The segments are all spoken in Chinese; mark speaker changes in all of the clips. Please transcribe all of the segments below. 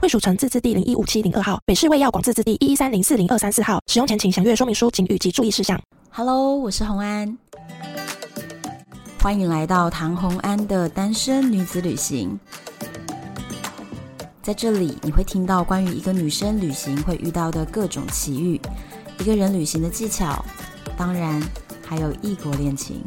Speaker 1: 惠蜀城自治地零一五七零二号，北市卫药广自治地一一三零四零二三四号。使用前请详阅说明书请及注意事项。
Speaker 2: Hello，我是红安，欢迎来到唐红安的单身女子旅行。在这里，你会听到关于一个女生旅行会遇到的各种奇遇，一个人旅行的技巧，当然还有异国恋情。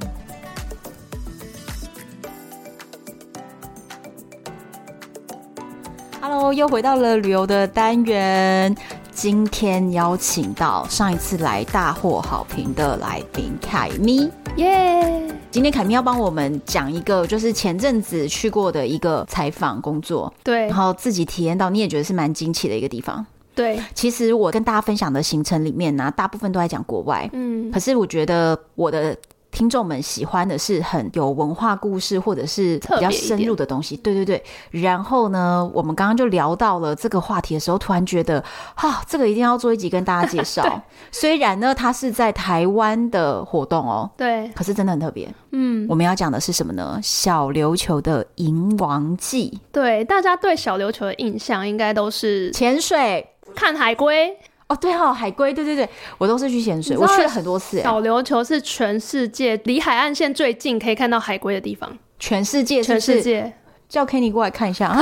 Speaker 2: Hello，又回到了旅游的单元。今天邀请到上一次来大获好评的来宾凯咪，
Speaker 3: 耶！
Speaker 2: 今天凯咪要帮我们讲一个，就是前阵子去过的一个采访工作，
Speaker 3: 对
Speaker 2: 然后自己体验到，你也觉得是蛮惊奇的一个地方。
Speaker 3: 对，
Speaker 2: 其实我跟大家分享的行程里面呢、大部分都在讲国外，
Speaker 3: 嗯
Speaker 2: 可，是我觉得我的。听众们喜欢的是很有文化故事，或者是比较深入的东西。对对对。然后呢，我们刚刚就聊到了这个话题的时候，突然觉得，哈、这个一定要做一集跟大家介 绍。虽然呢，它是在台湾的活动哦，
Speaker 3: 对，
Speaker 2: 可是真的很特别。
Speaker 3: 嗯
Speaker 2: 我，们要讲的是什么呢？小琉球的银王记，
Speaker 3: 对，大家对小琉球的印象应该都是
Speaker 2: 潜水。
Speaker 3: 看海龟。
Speaker 2: 哦，对哦，海龟，对对对，我都是去潜水，
Speaker 3: 你知
Speaker 2: 我
Speaker 3: 道
Speaker 2: 去了很多次、欸，
Speaker 3: 小琉球是全世界离海岸线最近可以看到海龟的地方，
Speaker 2: 全世界是不
Speaker 3: 全世
Speaker 2: 是？
Speaker 3: 界
Speaker 2: 叫 Kenny 过来看一下，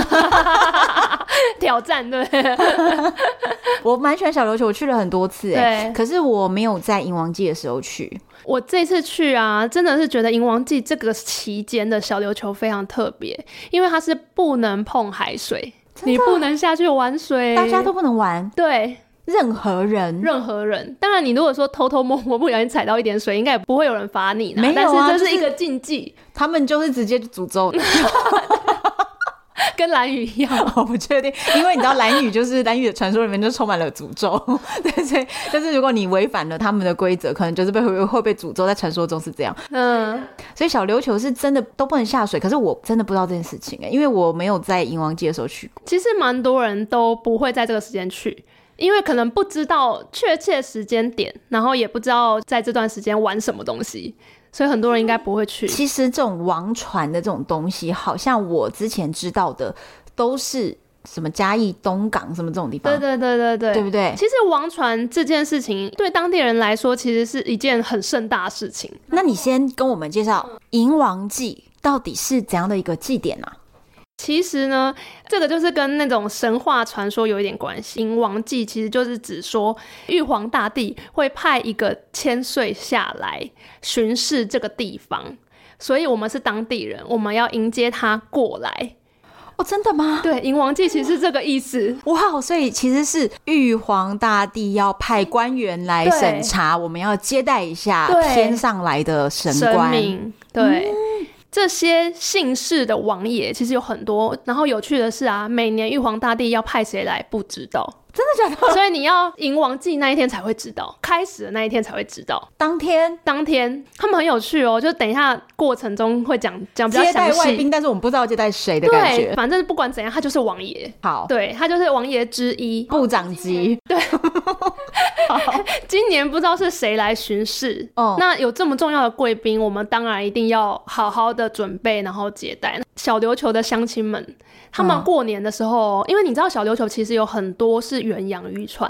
Speaker 3: 挑 战对
Speaker 2: 我蛮喜欢小琉球，我去了很多次、欸，
Speaker 3: 对。
Speaker 2: 可是我没有在银王记的时候去，
Speaker 3: 我这次去啊，真的是觉得银王季这个期间的小琉球非常特别，因为它是不能碰海水，你不能下去玩水，
Speaker 2: 啊大家都不能玩，
Speaker 3: 对
Speaker 2: 任何人
Speaker 3: 任何人。当然，你如果说偷偷摸摸不小心踩到一点水，应该也不会有人罚你啦。
Speaker 2: 没有啊
Speaker 3: 但
Speaker 2: 就
Speaker 3: 是这
Speaker 2: 是
Speaker 3: 一个禁忌，
Speaker 2: 他们就是直接就诅 咒你，
Speaker 3: 跟蓝雨一样。
Speaker 2: 我不确定，因为你知道蓝雨就是蓝雨的传说里面就充满了诅 咒，对，所以但是如果你违反了他们的规则，可能就是被会会被诅咒，在传说中是这样。
Speaker 3: 嗯，
Speaker 2: 所以小琉球是真的都不能下水，可是我真的不知道这件事情、欸、因为我没有在银王街的时候去过。
Speaker 3: 其实蛮多人都不会在这个时间去。因为可能不知道确切时间点，然后也不知道在这段时间玩什么东西，所以很多人应该不会去。
Speaker 2: 其实这种王船的这种东西，好像我之前知道的都是什么嘉义、东港什么这种地方，
Speaker 3: 对对对对对，
Speaker 2: 对不对？
Speaker 3: 其实王船这件事情对当地人来说，其实是一件很盛大的事情。
Speaker 2: 那你先跟我们介绍
Speaker 3: 嗯
Speaker 2: 银王祭到底是怎样的一个祭典啊？
Speaker 3: 其实呢，这个就是跟那种神话传说有一点关系。银王祭其实就是指说，玉皇大帝会派一个千岁下来巡视这个地方，所以我们是当地人，我们要迎接他过来。
Speaker 2: 哦，真的吗？
Speaker 3: 对，银王祭其实是这个意思。
Speaker 2: 哇，哦所以其实是玉皇大帝要派官员来
Speaker 3: 对
Speaker 2: 审查，我们要接待一下
Speaker 3: 对
Speaker 2: 天上来的神官。嗯
Speaker 3: 明，对。这些姓氏的王爷其实有很多，然后有趣的是啊，每年玉皇大帝要派谁来不知道，真的假的？ 所以你要迎王祭那一天才会知道，开始的那一天才会知道。
Speaker 2: 当天
Speaker 3: 当天他们很有趣哦，就等一下过程中会讲讲比较
Speaker 2: 接待
Speaker 3: 详
Speaker 2: 外
Speaker 3: 细
Speaker 2: 宾，。但是我们不知道接待谁的感
Speaker 3: 对，
Speaker 2: 觉。
Speaker 3: 反正不管怎样，他就是王爷，
Speaker 2: 好，
Speaker 3: 对他就是王爷之一。
Speaker 2: 部长级，
Speaker 3: 今年不知道是谁来巡视，
Speaker 2: 哦
Speaker 3: 那有这么重要的贵宾，我们当然一定要好好的准备，然后接待小琉球的乡亲们。他们
Speaker 2: 嗯
Speaker 3: 过年的时候，因为你知道小琉球其实有很多是远洋渔船，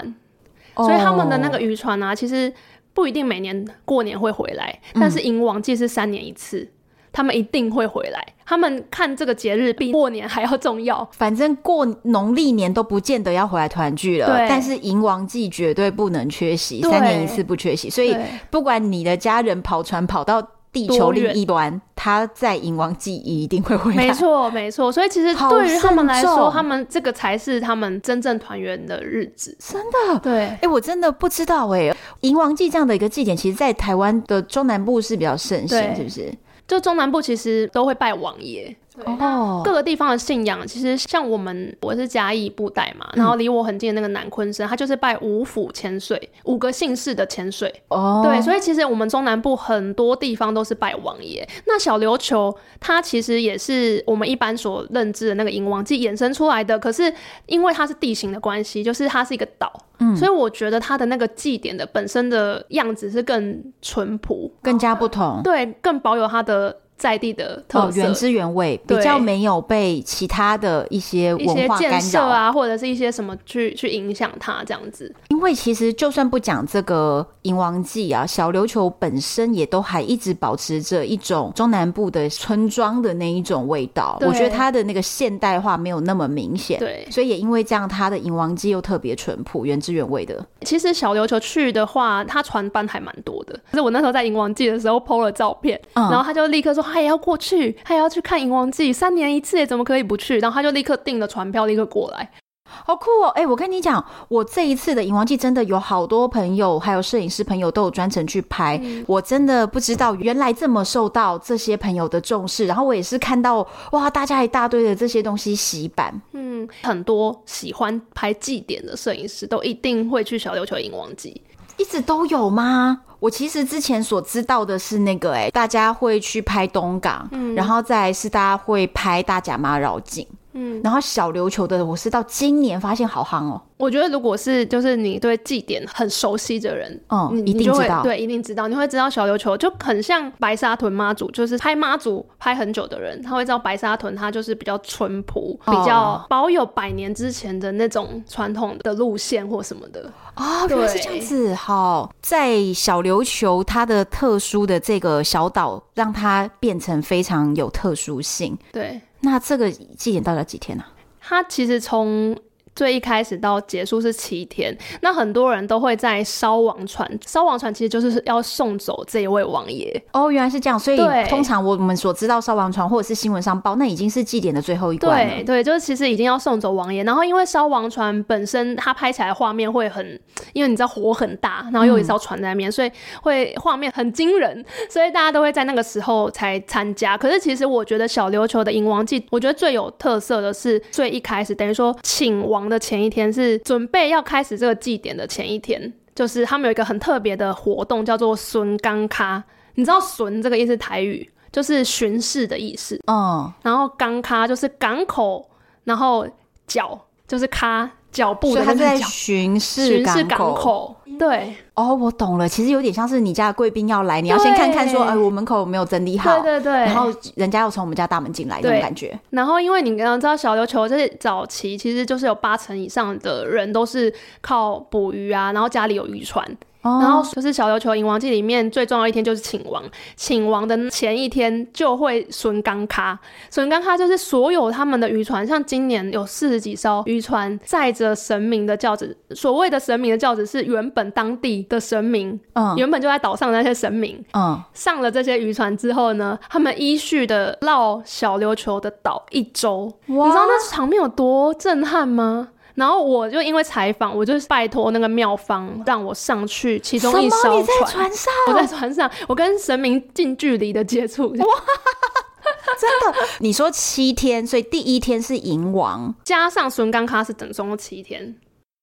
Speaker 3: 所以
Speaker 2: 哦
Speaker 3: 他们的那个渔船啊，其实不一定每年过年会回来，
Speaker 2: 嗯
Speaker 3: 但是迎王祭是三年一次，他们一定会回来。他们看这个节日比过年还要重要。
Speaker 2: 反正过农历年都不见得要回来团聚了，
Speaker 3: 对
Speaker 2: 但是迎王祭绝对不能缺席，
Speaker 3: 对
Speaker 2: 三年一次不缺席。所以
Speaker 3: 对
Speaker 2: 不管你的家人跑船跑到地球
Speaker 3: 多
Speaker 2: 另
Speaker 3: 远
Speaker 2: 一端，他在迎王祭一定会回来。
Speaker 3: 没错，没错。所以其实
Speaker 2: 好
Speaker 3: 对于他们来
Speaker 2: 慎
Speaker 3: 说，
Speaker 2: 重
Speaker 3: 他们这个才是他们真正团圆的日子。
Speaker 2: 真的。
Speaker 3: 对
Speaker 2: 哎、，我真的不知道哎、迎王祭这样的一个祭典，其实，在台湾的中南部是比较盛行，
Speaker 3: 对
Speaker 2: 是不是？
Speaker 3: 就中南部其实都会拜王爷，
Speaker 2: 哦
Speaker 3: 各个地方的信仰，其实像我们，我是嘉义布袋
Speaker 2: 嗯
Speaker 3: 嘛，然后离我很近的那个南昆山，他就是拜五府千岁，五个姓氏的千岁。
Speaker 2: 哦，
Speaker 3: 对，所以其实我们中南部很多地方都是拜王爷。那小琉球它其实也是我们一般所认知的那个银王祭衍生出来的，可是因为它是地形的关系，就是它是一个岛，嗯，所以我觉得它的那个祭典的本身的样子是更淳朴，
Speaker 2: 更加不同，
Speaker 3: 对，更保有它的在地的特
Speaker 2: 哦，
Speaker 3: 色。
Speaker 2: 原汁原味，比
Speaker 3: 对
Speaker 2: 较没有被其他的一些
Speaker 3: 一些
Speaker 2: 文化
Speaker 3: 建
Speaker 2: 干
Speaker 3: 设
Speaker 2: 扰。
Speaker 3: 啊，或者是一些什么去去影响它这样子，
Speaker 2: 因为其实就算不讲这个银王记啊，小琉球本身也都还一直保持着一种中南部的村庄的那一种味道。
Speaker 3: 对
Speaker 2: 我觉得它的那个现代化没有那么明显，
Speaker 3: 对
Speaker 2: 所以也因为这样，它的银王记又特别淳朴、原汁原味的。
Speaker 3: 其实小琉球去的话，他船班还蛮多的。就是我那时候在银王记的时候 PO 了照片，
Speaker 2: 嗯
Speaker 3: 然后他就立刻说他也要过去，他也要去看银王记，三年一次，怎么可以不去？然后他就立刻订了船票，立刻过来。
Speaker 2: 好酷哦！哎、我跟你讲，我这一次的《影王记》真的有好多朋友，还有摄影师朋友都有专程去拍。
Speaker 3: 嗯
Speaker 2: 我真的不知道，原来这么受到这些朋友的重视。然后我也是看到，哇，大家一大堆的这些东西洗版，
Speaker 3: 嗯，很多喜欢拍祭典的摄影师都一定会去小琉球银王记。
Speaker 2: 一直都有吗？我其实之前所知道的是那个、哎，大家会去拍东港，然后再来是大家会拍大甲妈绕境，
Speaker 3: 嗯，
Speaker 2: 然后小琉球的，我是到今年发现好夯哦。
Speaker 3: 我觉得如果是就是你对祭典很熟悉的人，
Speaker 2: 嗯
Speaker 3: 你
Speaker 2: 一定
Speaker 3: 你就会
Speaker 2: 知道
Speaker 3: 对，一定知道，你会知道小琉球就很像白沙屯妈祖，就是拍妈祖拍很久的人，他会知道白沙屯它就是比较淳朴，
Speaker 2: 嗯
Speaker 3: 比较保有百年之前的那种传统的路线或什么的。
Speaker 2: 哦，原来是
Speaker 3: 对
Speaker 2: 这样子。好，在小琉球它的特殊的这个小岛，让它变成非常有特殊性。
Speaker 3: 对，
Speaker 2: 那这个祭典到底要几天呢、啊？
Speaker 3: 它其实从最一开始到结束是七天，那很多人都会在烧王船，烧王船其实就是要送走这一位王爷。
Speaker 2: 哦，原来是这样，所以
Speaker 3: 对
Speaker 2: 通常我们所知道烧王船或者是新闻上报，那已经是祭典的最后一关
Speaker 3: 对
Speaker 2: 了。
Speaker 3: 对，就是其实已经要送走王爷，然后因为烧王船本身它拍起来的画面会很，因为你知道火很大，然后又有一艘船在那边，所以会画面很惊人，所以大家都会在那个时候才参加。可是其实我觉得小琉球的迎王祭，我觉得最有特色的是最一开始，等于说请王的前一天是准备要开始这个祭典的前一天。就是他们有一个很特别的活动，叫做“巡冈咖”。你知道“巡”这个意思台语就是巡视的意思，
Speaker 2: 嗯，
Speaker 3: 然后港咖就是港口，然后脚就是咖脚步
Speaker 2: 所
Speaker 3: 的
Speaker 2: 以它
Speaker 3: 那
Speaker 2: 是
Speaker 3: 个
Speaker 2: 在
Speaker 3: 脚，
Speaker 2: 巡视
Speaker 3: 巡
Speaker 2: 港
Speaker 3: 视
Speaker 2: 口。
Speaker 3: 港口。对
Speaker 2: 哦，我懂了，其实有点像是你家的贵宾要来，你要先
Speaker 3: 对
Speaker 2: 看看说，哎，我门口有没有整理好，
Speaker 3: 对对对，
Speaker 2: 然后人家要从我们家大门进来那种
Speaker 3: 对
Speaker 2: 感觉。
Speaker 3: 然后因为你刚刚知道小琉球就是早期其实就是有八成以上的人都是靠捕鱼啊，然后家里有渔船，
Speaker 2: 哦
Speaker 3: 然后就是小琉球迎王祭里面最重要的一天就是请王，请王的前一天就会巡冈咖，巡冈咖就是所有他们的渔船，像今年有四十几艘渔船载着神明的轿子，所谓的神明的轿子是原本当地的神明，
Speaker 2: 嗯
Speaker 3: 原本就在岛上的那些神明，
Speaker 2: 嗯，
Speaker 3: 上了这些渔船之后呢，他们依序的绕小琉球的岛一周，你知道那场面有多震撼吗？然后我就因为采访，我就拜托那个庙方让我上去其中一艘船，
Speaker 2: 上？
Speaker 3: 我在船上，我跟神明近距离的接触，
Speaker 2: 真的？ 你说七天，所以第一天是银王
Speaker 3: 加上孙刚咖是整总共七天，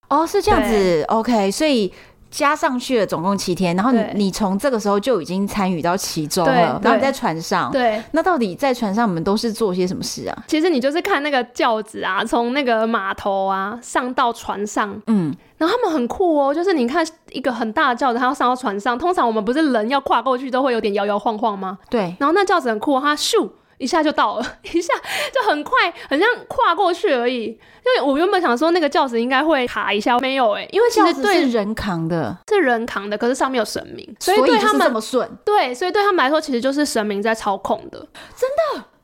Speaker 2: 哦，是这样子。OK，所以。加上去了，总共七天，然后你
Speaker 3: 对
Speaker 2: 你从这个时候就已经参与到其中
Speaker 3: 对
Speaker 2: 了，然后
Speaker 3: 对
Speaker 2: 你在船上，
Speaker 3: 对。
Speaker 2: 那到底在船上我们都是做些什么事啊？
Speaker 3: 其实你就是看那个轿子啊，从那个码头啊上到船上，
Speaker 2: 嗯，
Speaker 3: 然后他们很酷哦，就是你看一个很大的轿子，它要上到船上，通常我们不是人要跨过去都会有点摇摇晃晃吗？
Speaker 2: 对，
Speaker 3: 然后那轿子很酷哦，它咻一下就到了， 一下就很快，很像跨过去而已。因为我原本想说那个轿子应该会卡一下，没有哎、因为其
Speaker 2: 轿
Speaker 3: 实
Speaker 2: 子
Speaker 3: 对
Speaker 2: 是人扛的，
Speaker 3: 是人扛的，可是上面有神明，
Speaker 2: 所
Speaker 3: 以对
Speaker 2: 就
Speaker 3: 他
Speaker 2: 是这
Speaker 3: 们
Speaker 2: 么顺。
Speaker 3: 对，所以对他们来说其实就是神明在操控的，真的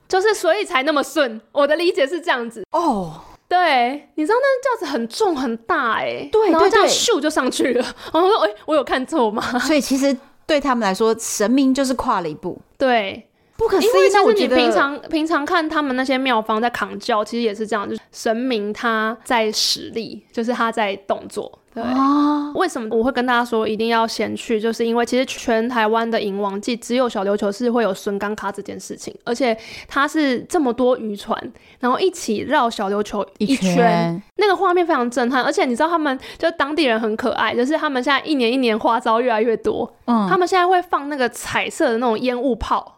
Speaker 3: 就是所以才那么顺。我的理解是这样子。
Speaker 2: 哦，
Speaker 3: 对，你知道那轿子很重很大哎、
Speaker 2: 对
Speaker 3: 然后
Speaker 2: 对
Speaker 3: 这样
Speaker 2: 对
Speaker 3: 咻就上去了。 然后我说，哎、 我有看错吗？
Speaker 2: 所以其实对他们来说，神明就是跨了一步。
Speaker 3: 对，
Speaker 2: 不可思
Speaker 3: 因为
Speaker 2: 议。
Speaker 3: 其
Speaker 2: 那我
Speaker 3: 实
Speaker 2: 觉
Speaker 3: 你
Speaker 2: 得
Speaker 3: 平常平常看他们那些庙方在扛轿，其实也是这样，就是神明他在实力，就是他在动作。对，
Speaker 2: 啊，
Speaker 3: 为什么我会跟大家说一定要先去？就是因为其实全台湾的迎王祭只有小琉球是会有孙冈卡这件事情，而且它是这么多渔船，然后一起绕小琉球
Speaker 2: 一
Speaker 3: 圈，
Speaker 2: 圈
Speaker 3: 那个画面非常震撼。而且你知道他们就当地人很可爱，就是他们现在一年一年花招越来越多，
Speaker 2: 嗯
Speaker 3: 他，们现在会放那个彩色的那种烟雾炮。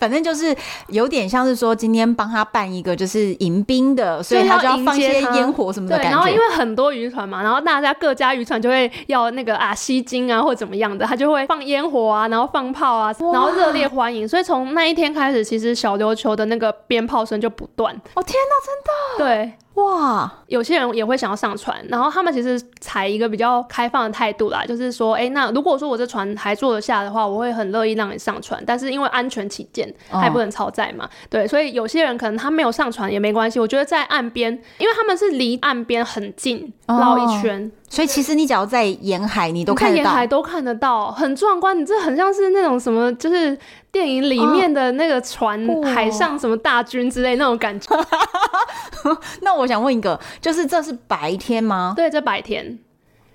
Speaker 2: 反正就是有点像是说今天帮他办一个就是迎宾的，所以
Speaker 3: 对
Speaker 2: 他就要
Speaker 3: 要
Speaker 2: 放一
Speaker 3: 迎
Speaker 2: 些
Speaker 3: 接他
Speaker 2: 烟火什么的
Speaker 3: 对，
Speaker 2: 感
Speaker 3: 然后因
Speaker 2: 觉。
Speaker 3: 为很多渔船嘛，然后大家各家渔船就会要那个啊吸金啊或怎么样的，他就会放烟火啊，然后放炮啊，然后热烈欢迎。所以从那一天开始，其实小琉球的那个鞭炮声就不断。
Speaker 2: 哦天
Speaker 3: 对，
Speaker 2: 哪，哇，
Speaker 3: 有些人也会想要上船，然后他们其实采一个比较开放的态度啦，就是说，哎，那如果说我这船还坐得下的话，我会很乐意让你上船，但是因为安全起见，
Speaker 2: 哦
Speaker 3: 还不能超载嘛，对，所以有些人可能他没有上船也没关系，我觉得在岸边，因为他们是离岸边很近，
Speaker 2: 哦
Speaker 3: 绕一圈，
Speaker 2: 所以其实你只要在沿海，你都
Speaker 3: 你看
Speaker 2: 得
Speaker 3: 沿
Speaker 2: 到。
Speaker 3: 海都看得到，很壮观。你这很像是那种什么，就是电影里面的那个船，
Speaker 2: 哦
Speaker 3: 海上什么大军之类那种感觉。
Speaker 2: 那我想问一个，就是这是白天吗？
Speaker 3: 对，这白天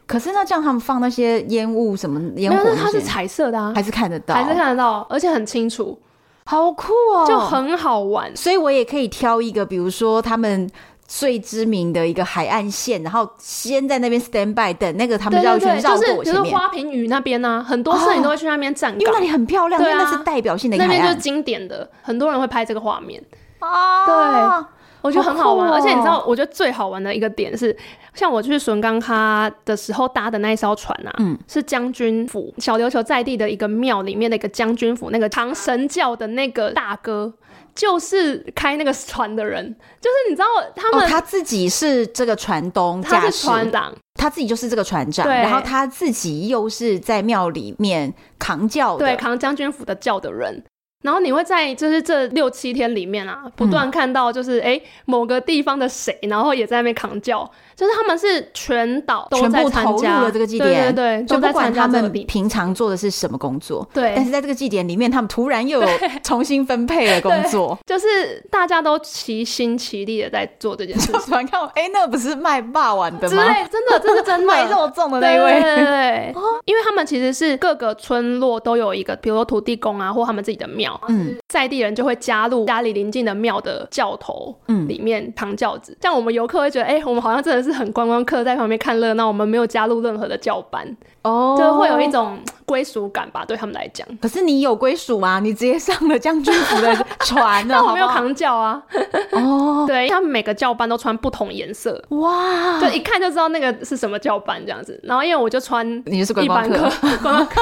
Speaker 2: 可是那这样他们放那些烟雾什么烟
Speaker 3: 没
Speaker 2: 火
Speaker 3: 有，
Speaker 2: 那
Speaker 3: 那
Speaker 2: 些，
Speaker 3: 它是彩色的啊，
Speaker 2: 还是看得到，
Speaker 3: 还是看得到，而且很清楚，
Speaker 2: 好酷哦，
Speaker 3: 就。很好玩。
Speaker 2: 所以我也可以挑一个，比如说他们最知名的一个海岸线，然后先在那边 stand by 等那个他们
Speaker 3: 对
Speaker 2: 绕
Speaker 3: 对
Speaker 2: 一圈
Speaker 3: 对，
Speaker 2: 绕
Speaker 3: 就是
Speaker 2: 过我
Speaker 3: 就
Speaker 2: 前
Speaker 3: 是
Speaker 2: 面，
Speaker 3: 花瓶屿那边呢、啊，很多摄影都会去那边站
Speaker 2: 因为那
Speaker 3: 岗。
Speaker 2: 里很漂亮，因
Speaker 3: 对啊
Speaker 2: 为那是代表性的一个
Speaker 3: 那
Speaker 2: 海
Speaker 3: 边就是
Speaker 2: 岸
Speaker 3: 经典的，很多人会拍这个画面，
Speaker 2: 啊。
Speaker 3: 我觉得很
Speaker 2: 好
Speaker 3: 好
Speaker 2: 酷
Speaker 3: 玩。
Speaker 2: 哦
Speaker 3: 而且你知道，我觉得最好玩的一个点是，像我去笋冈咖的时候搭的那一艘船啊，
Speaker 2: 嗯
Speaker 3: 是将军府小琉球在地的一个庙里面的一个将军府，那个唐神教的那个大哥，就是开那个船的人，就是你知道他
Speaker 2: 哦，
Speaker 3: 们、
Speaker 2: 他自己是这个船东
Speaker 3: 他
Speaker 2: 驾
Speaker 3: 是
Speaker 2: 驶，
Speaker 3: 船长，
Speaker 2: 他自己就是这个船长，
Speaker 3: 对
Speaker 2: 然后他自己又是在庙里面扛轿的，
Speaker 3: 对，扛将军府的教的人。然后你会在就是这六七天里面啊，不
Speaker 2: 嗯
Speaker 3: 断看到就是哎、诶某个地方的谁，然后也在那边扛教，就是他们是全岛都
Speaker 2: 全
Speaker 3: 在
Speaker 2: 部
Speaker 3: 参
Speaker 2: 投入
Speaker 3: 加，
Speaker 2: 了这个祭
Speaker 3: 对
Speaker 2: 典
Speaker 3: 对对，
Speaker 2: 就
Speaker 3: 都
Speaker 2: 不
Speaker 3: 在
Speaker 2: 管
Speaker 3: 参
Speaker 2: 他
Speaker 3: 加这个
Speaker 2: 们
Speaker 3: 比
Speaker 2: 平常做的是什么工作，
Speaker 3: 对
Speaker 2: 但是在这个祭典里面，他们突然又有重新分配了工作。
Speaker 3: 就是大家都齐心齐力的在做这件事
Speaker 2: 就 突然看我，哎、那个不是卖霸王的
Speaker 3: 之
Speaker 2: 吗？
Speaker 3: 类，真的这 是真的，
Speaker 2: 卖肉粽的那
Speaker 3: 对
Speaker 2: 一
Speaker 3: 对
Speaker 2: 位，
Speaker 3: 对 对，因为他们其实是各个村落都有一个，比如说土地公啊，或他们自己的庙，
Speaker 2: 嗯
Speaker 3: 在地人就会加入家里邻近的庙的教头，
Speaker 2: 嗯
Speaker 3: 里面扛轿子。像我们游客会觉得，哎、我们好像真的是很观光客在旁边看热闹，我们没有加入任何的教班，
Speaker 2: 哦
Speaker 3: 就会有一。种归属感吧，对他们来讲。
Speaker 2: 可是你有归属吗？你直接上了将军府的 船了，
Speaker 3: 但我没有
Speaker 2: 好不好
Speaker 3: 扛轿啊，
Speaker 2: 哦，
Speaker 3: 对，因为他们每个教班都穿不同颜色，
Speaker 2: 哇，
Speaker 3: 就一看就知道那个是什么教班这样子。然后因为我就穿
Speaker 2: 你就是观
Speaker 3: 一
Speaker 2: 光
Speaker 3: 般
Speaker 2: 客，
Speaker 3: 观光客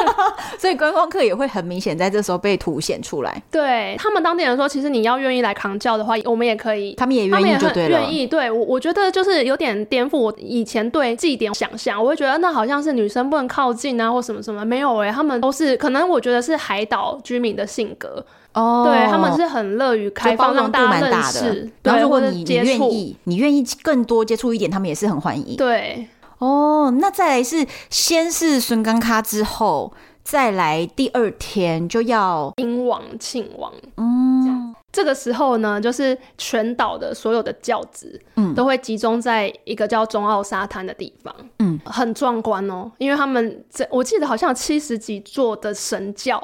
Speaker 2: 所以观光客也会很明显在这时候被凸显出来，
Speaker 3: 对他们当地人说，其实你要愿意来扛轿的话，我们也可以。
Speaker 2: 他们也
Speaker 3: 他
Speaker 2: 愿
Speaker 3: 们也
Speaker 2: 意就
Speaker 3: 很
Speaker 2: 对了
Speaker 3: 愿。意，对我我觉得就是有点颠覆我以前对祭典想象，我会觉得那好像是女生不能靠近啊，或什么什么，没有诶、他们都是可能我觉得是海岛居民的性格，
Speaker 2: 哦，
Speaker 3: 对他们是很乐于开
Speaker 2: 就包
Speaker 3: 放
Speaker 2: 容度
Speaker 3: 让大
Speaker 2: 蛮
Speaker 3: 家认
Speaker 2: 大
Speaker 3: 识
Speaker 2: 的，。
Speaker 3: 对
Speaker 2: 然后如果
Speaker 3: 或者
Speaker 2: 你你
Speaker 3: 接
Speaker 2: 愿
Speaker 3: 触，
Speaker 2: 意，你愿意更多接触一点，他们也是很欢迎。
Speaker 3: 对
Speaker 2: 哦，那再来是先是孙刚咖之后，再来第二天就要
Speaker 3: 英王庆王。
Speaker 2: 嗯
Speaker 3: 这个时候呢，就是全岛的所有的教职，
Speaker 2: 嗯
Speaker 3: 都会集中在一个叫中澳沙滩的地方，
Speaker 2: 嗯，
Speaker 3: 很壮观哦。因为他们这我记得好像有七十几座的神教，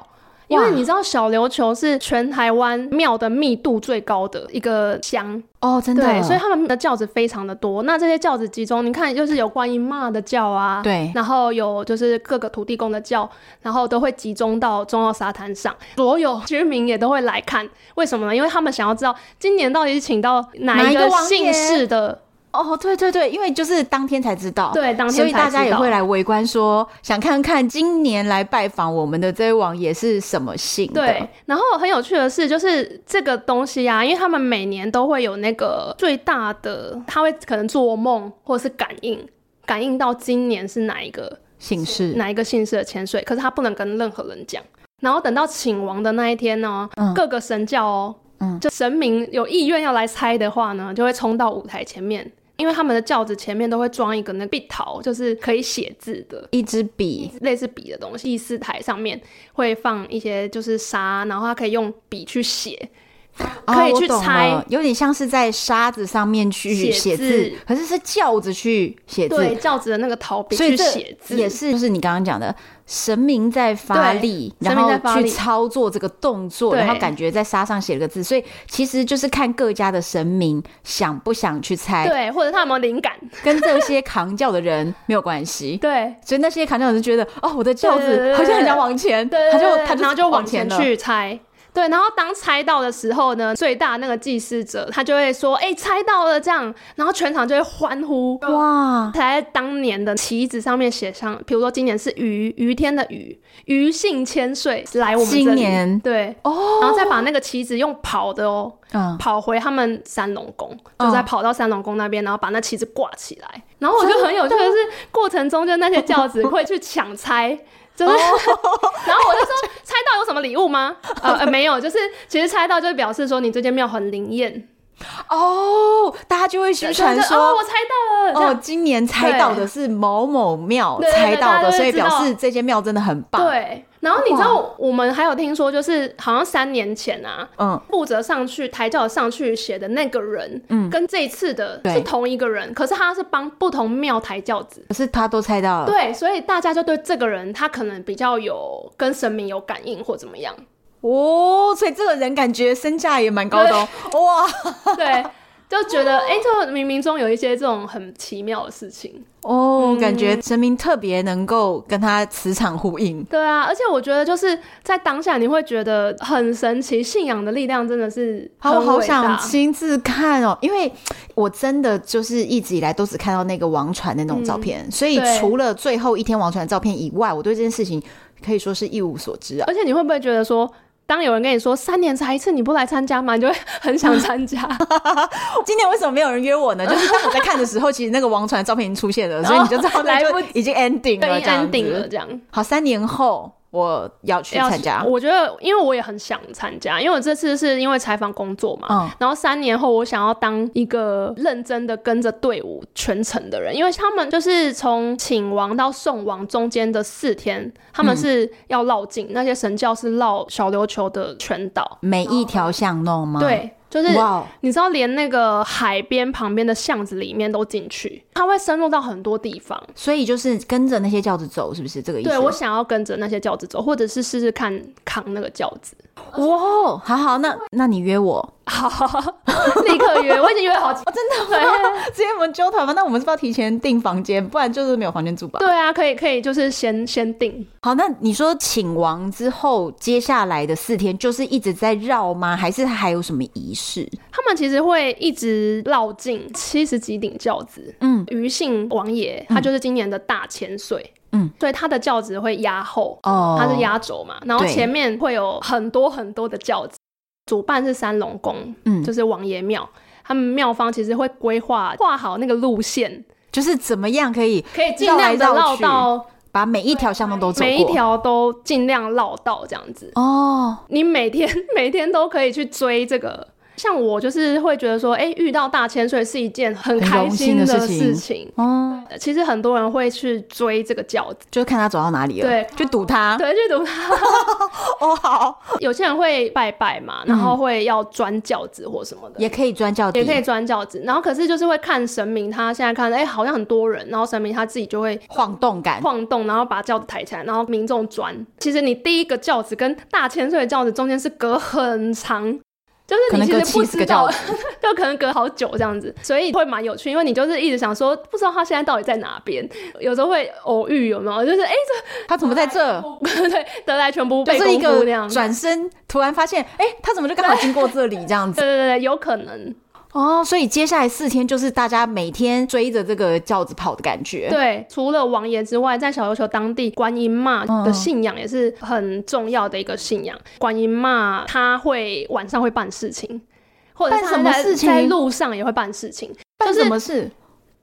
Speaker 3: 因
Speaker 2: 哇
Speaker 3: 为你知道小琉球是全台湾庙的密度最高的一个乡，
Speaker 2: 哦，真的，
Speaker 3: 对，所以他们的呃教子非常的多。那这些教子集中，你看就是有观音妈的教啊，
Speaker 2: 对
Speaker 3: 然后有就是各个土地公的教，然后都会集中到中澳沙滩上，所有居民也都会来看。为什么呢？因为他们想要知道今年到底是请到
Speaker 2: 哪
Speaker 3: 哪
Speaker 2: 一
Speaker 3: 一
Speaker 2: 个
Speaker 3: 个
Speaker 2: 王爷
Speaker 3: 姓氏的，
Speaker 2: 哦，对对对，因为就是当天才知道，
Speaker 3: 对，当天
Speaker 2: 所以大家
Speaker 3: 才知
Speaker 2: 也
Speaker 3: 道
Speaker 2: 会。来围观说，想看看今年来拜访我们的这位王爷是什么姓的。
Speaker 3: 对，然后很有趣的是，就是这个东西啊，因为他们每年都会有那个最大的，他会可能做梦或者是感应，感应到今年是哪一个
Speaker 2: 姓氏，
Speaker 3: 哪一个姓氏的潜水，可是他不能跟任何人讲。然后等到请王的那一天呢，
Speaker 2: 嗯
Speaker 3: 各个神教哦，
Speaker 2: 嗯
Speaker 3: 就神明有意愿要来猜的话呢，就会冲到舞台前面，因为他们的轿子前面都会装一个那个壁桃，就是可以写字的。
Speaker 2: 一支笔，
Speaker 3: 类似笔的东西，祭祀台上面会放一些就是沙，然后他可以用笔去写，可以
Speaker 2: 哦
Speaker 3: 去
Speaker 2: 我懂
Speaker 3: 猜
Speaker 2: 了有点像是在沙子上面去
Speaker 3: 写
Speaker 2: 写
Speaker 3: 字
Speaker 2: 可是是轿子去写字，
Speaker 3: 对轿子的那个陶笔
Speaker 2: 所
Speaker 3: 去
Speaker 2: 以这
Speaker 3: 写字，
Speaker 2: 也是就是你刚刚讲的神明在发
Speaker 3: 对
Speaker 2: 力，
Speaker 3: 神
Speaker 2: 然
Speaker 3: 明在
Speaker 2: 后
Speaker 3: 发
Speaker 2: 去
Speaker 3: 力
Speaker 2: 操作这个动作，
Speaker 3: 对
Speaker 2: 然后感觉在沙上写了个字，所以其实就是看各家的神明想不想去猜，
Speaker 3: 对，或者他有没有灵感，
Speaker 2: 跟这些扛轿的人没有关系。
Speaker 3: 对。
Speaker 2: 所以那些扛轿的人就觉得，哦，我的轿
Speaker 3: 对对
Speaker 2: 子
Speaker 3: 对
Speaker 2: 好像很想往前，
Speaker 3: 对，
Speaker 2: 他
Speaker 3: 对
Speaker 2: 就
Speaker 3: 对
Speaker 2: 他
Speaker 3: 然后就往前
Speaker 2: 了。
Speaker 3: 去猜。对，然后当猜到的时候呢，最大那个祭司者他就会说：“哎、猜到了！”这样，然后全场就会欢呼。
Speaker 2: 哇，
Speaker 3: 才在当年的旗子上面写上，比如说今年是于于天的于，于姓千岁来我们这里。
Speaker 2: 今年
Speaker 3: 对哦，然后再把那个旗子用跑的哦，
Speaker 2: 嗯，
Speaker 3: 跑回他们三龙宫，
Speaker 2: 嗯
Speaker 3: 就在跑到三龙宫那边，然后把那旗子挂起来。然后我就很有趣的是，过程中就那些轿子会去抢猜。就
Speaker 2: 哦
Speaker 3: 是，然后我就说猜到有什么礼物吗？呃，呃没有，就是其实猜到就是表示说你这间庙很灵验，
Speaker 2: 哦，大家就会宣传
Speaker 3: 就是哦，
Speaker 2: 说
Speaker 3: 我。猜到了，这
Speaker 2: 哦，
Speaker 3: 样
Speaker 2: 今年猜到的是某某庙
Speaker 3: 对对对
Speaker 2: 猜到
Speaker 3: 大家
Speaker 2: 的，
Speaker 3: 就会
Speaker 2: 所以表
Speaker 3: 知道
Speaker 2: 示这间庙真的很棒。，
Speaker 3: 对。然后你知道我们还有听说，就是好像三年前啊，
Speaker 2: 嗯，
Speaker 3: 负责上去抬轿上去写的那个人，
Speaker 2: 嗯
Speaker 3: 跟这一次的
Speaker 2: 对
Speaker 3: 是同一个人，可是他是帮不同庙抬轿子。
Speaker 2: 可是他都猜到了。
Speaker 3: 对，所以大家就对这个人，他可能比较有跟神明有感应或怎 么样。
Speaker 2: 哦，所以这个人感觉身价也蛮高的哦。哇
Speaker 3: 嗯对，就觉得哎、诶就冥冥中有一些这种很奇妙的事情。
Speaker 2: 哦，感觉神明特别能够跟他磁场呼应。
Speaker 3: 对啊，而且我觉得就是在当下，你会觉得很神奇，信仰的力量真的是
Speaker 2: 好，
Speaker 3: 很
Speaker 2: 啊我好
Speaker 3: 伟
Speaker 2: 想
Speaker 3: 大
Speaker 2: 亲自看哦，因为我真的就是一直以来都只看到那个王传的那种照片，所以
Speaker 3: 对
Speaker 2: 除了最后一天王传的照片以外，我对这件事情可以说是一无所知啊。
Speaker 3: 而且你会不会觉得说，当有人跟你说三年才一次，你不来参加吗？你就会很 想参加。
Speaker 2: 今年为什么没有人约我 呢？就是当我在看的时候，其实那个王传的照片已经出现了， 所以你就知道那
Speaker 3: 来
Speaker 2: 就
Speaker 3: 不
Speaker 2: 已经 ending
Speaker 3: 对，
Speaker 2: 了，
Speaker 3: 已
Speaker 2: 这样
Speaker 3: 经定
Speaker 2: 子
Speaker 3: 了这样。
Speaker 2: 好，三年后我要去
Speaker 3: 要
Speaker 2: 参加。
Speaker 3: 我觉得，因为我也很想参加，因为我这次是因为采访工作嘛，
Speaker 2: 嗯
Speaker 3: 然后三年后我想要当一个认真的跟着队伍全程的人，因为他们就是从请王到送王中间的四天，他
Speaker 2: 嗯
Speaker 3: 们是要绕境，那些神教是绕小琉球的全岛，
Speaker 2: 每一条巷弄吗？，
Speaker 3: 对，就是
Speaker 2: 嗯哇哦，
Speaker 3: 你知道，连那个海边旁边的巷子里面都进去，它会深入到很多地方。
Speaker 2: 所以就是跟着那些轿子走，是不是这个意思？
Speaker 3: 对我想要跟着那些轿子走，或者是试试看扛那个轿子。
Speaker 2: 哇哦，好好，那那你约我，
Speaker 3: 好，立刻约，我已经约好几，真的对
Speaker 2: 直接我们揪团吗？那我们是不是要提前订房间，不然就是没有房间住吧？
Speaker 3: 对啊，可以可以，就是先先定。
Speaker 2: 好，那你说请王之后，接下来的四天就是一直在绕吗？还是还有什么仪式？
Speaker 3: 他们其实会一直绕进七十几顶轿子。
Speaker 2: 嗯，
Speaker 3: 余姓王爷，他就是今年的大千岁。
Speaker 2: 嗯，
Speaker 3: 所以他的轿子会压后，
Speaker 2: 哦
Speaker 3: 它是压轴嘛，然后
Speaker 2: 对
Speaker 3: 前面会有很多很多的轿子。主办是三龙宫，
Speaker 2: 嗯
Speaker 3: 就是王爷庙，他们庙方其实会规划画好那个路线，
Speaker 2: 就是怎么样可以
Speaker 3: 可以尽量的
Speaker 2: 绕来绕
Speaker 3: 绕
Speaker 2: 去
Speaker 3: 到
Speaker 2: 把每一条巷弄都走过？
Speaker 3: 每一条都尽量绕到这样子。
Speaker 2: 哦，
Speaker 3: 你每天 每天都可以去追这个。像我就是会觉得说，哎、遇到大千岁是一件很
Speaker 2: 很
Speaker 3: 开
Speaker 2: 荣幸的
Speaker 3: 的
Speaker 2: 事情
Speaker 3: 事情。
Speaker 2: 哦，
Speaker 3: 呃其实很多人会去追这个轿子，
Speaker 2: 就是看他走到哪里了，
Speaker 3: 对
Speaker 2: 就堵他。
Speaker 3: 对，去读它。
Speaker 2: 啊 哦，好，嗯
Speaker 3: 有些人会拜拜嘛，然后会要钻轿子或什么的，
Speaker 2: 也可以钻轿底，
Speaker 3: 也可以钻轿子。然后可是就是会看神明，他现在看，哎、好像很多人，然后神明他自己就会
Speaker 2: 晃动感。
Speaker 3: 晃动，然后把轿子抬起来，然后民众转。其实你第一个轿子跟大千岁的轿子中间是隔很长。就是
Speaker 2: 可
Speaker 3: 你
Speaker 2: 能
Speaker 3: 其
Speaker 2: 隔
Speaker 3: 实不
Speaker 2: 70
Speaker 3: 知
Speaker 2: 个
Speaker 3: 道
Speaker 2: 轿子，
Speaker 3: 就可能隔好久这样子，所以会蛮有趣，因为你就是一直想说，不知道他现在到底在哪边，有时候会偶遇，有没有？就是哎、
Speaker 2: 他怎么在这？
Speaker 3: 这 对得来全不
Speaker 2: 就
Speaker 3: 被
Speaker 2: 是一
Speaker 3: 功夫那
Speaker 2: 个
Speaker 3: 样，
Speaker 2: 转身，突然发现，哎、他怎么就刚好经过这里这样
Speaker 3: 对
Speaker 2: 子？
Speaker 3: 对对对，有可能。
Speaker 2: 哦，所以接下来四天就是大家每天追着这个轿子跑的感觉。，
Speaker 3: 对，除了王爷之外，在小琉球当地，观音妈
Speaker 2: 嗯
Speaker 3: 的信仰也是很重要的一个信仰。观音妈她会晚上会办事情，或者是
Speaker 2: 办
Speaker 3: 她
Speaker 2: 什么
Speaker 3: 在
Speaker 2: 事情
Speaker 3: 在路上也会办事情。
Speaker 2: 办
Speaker 3: 就是
Speaker 2: 什么事？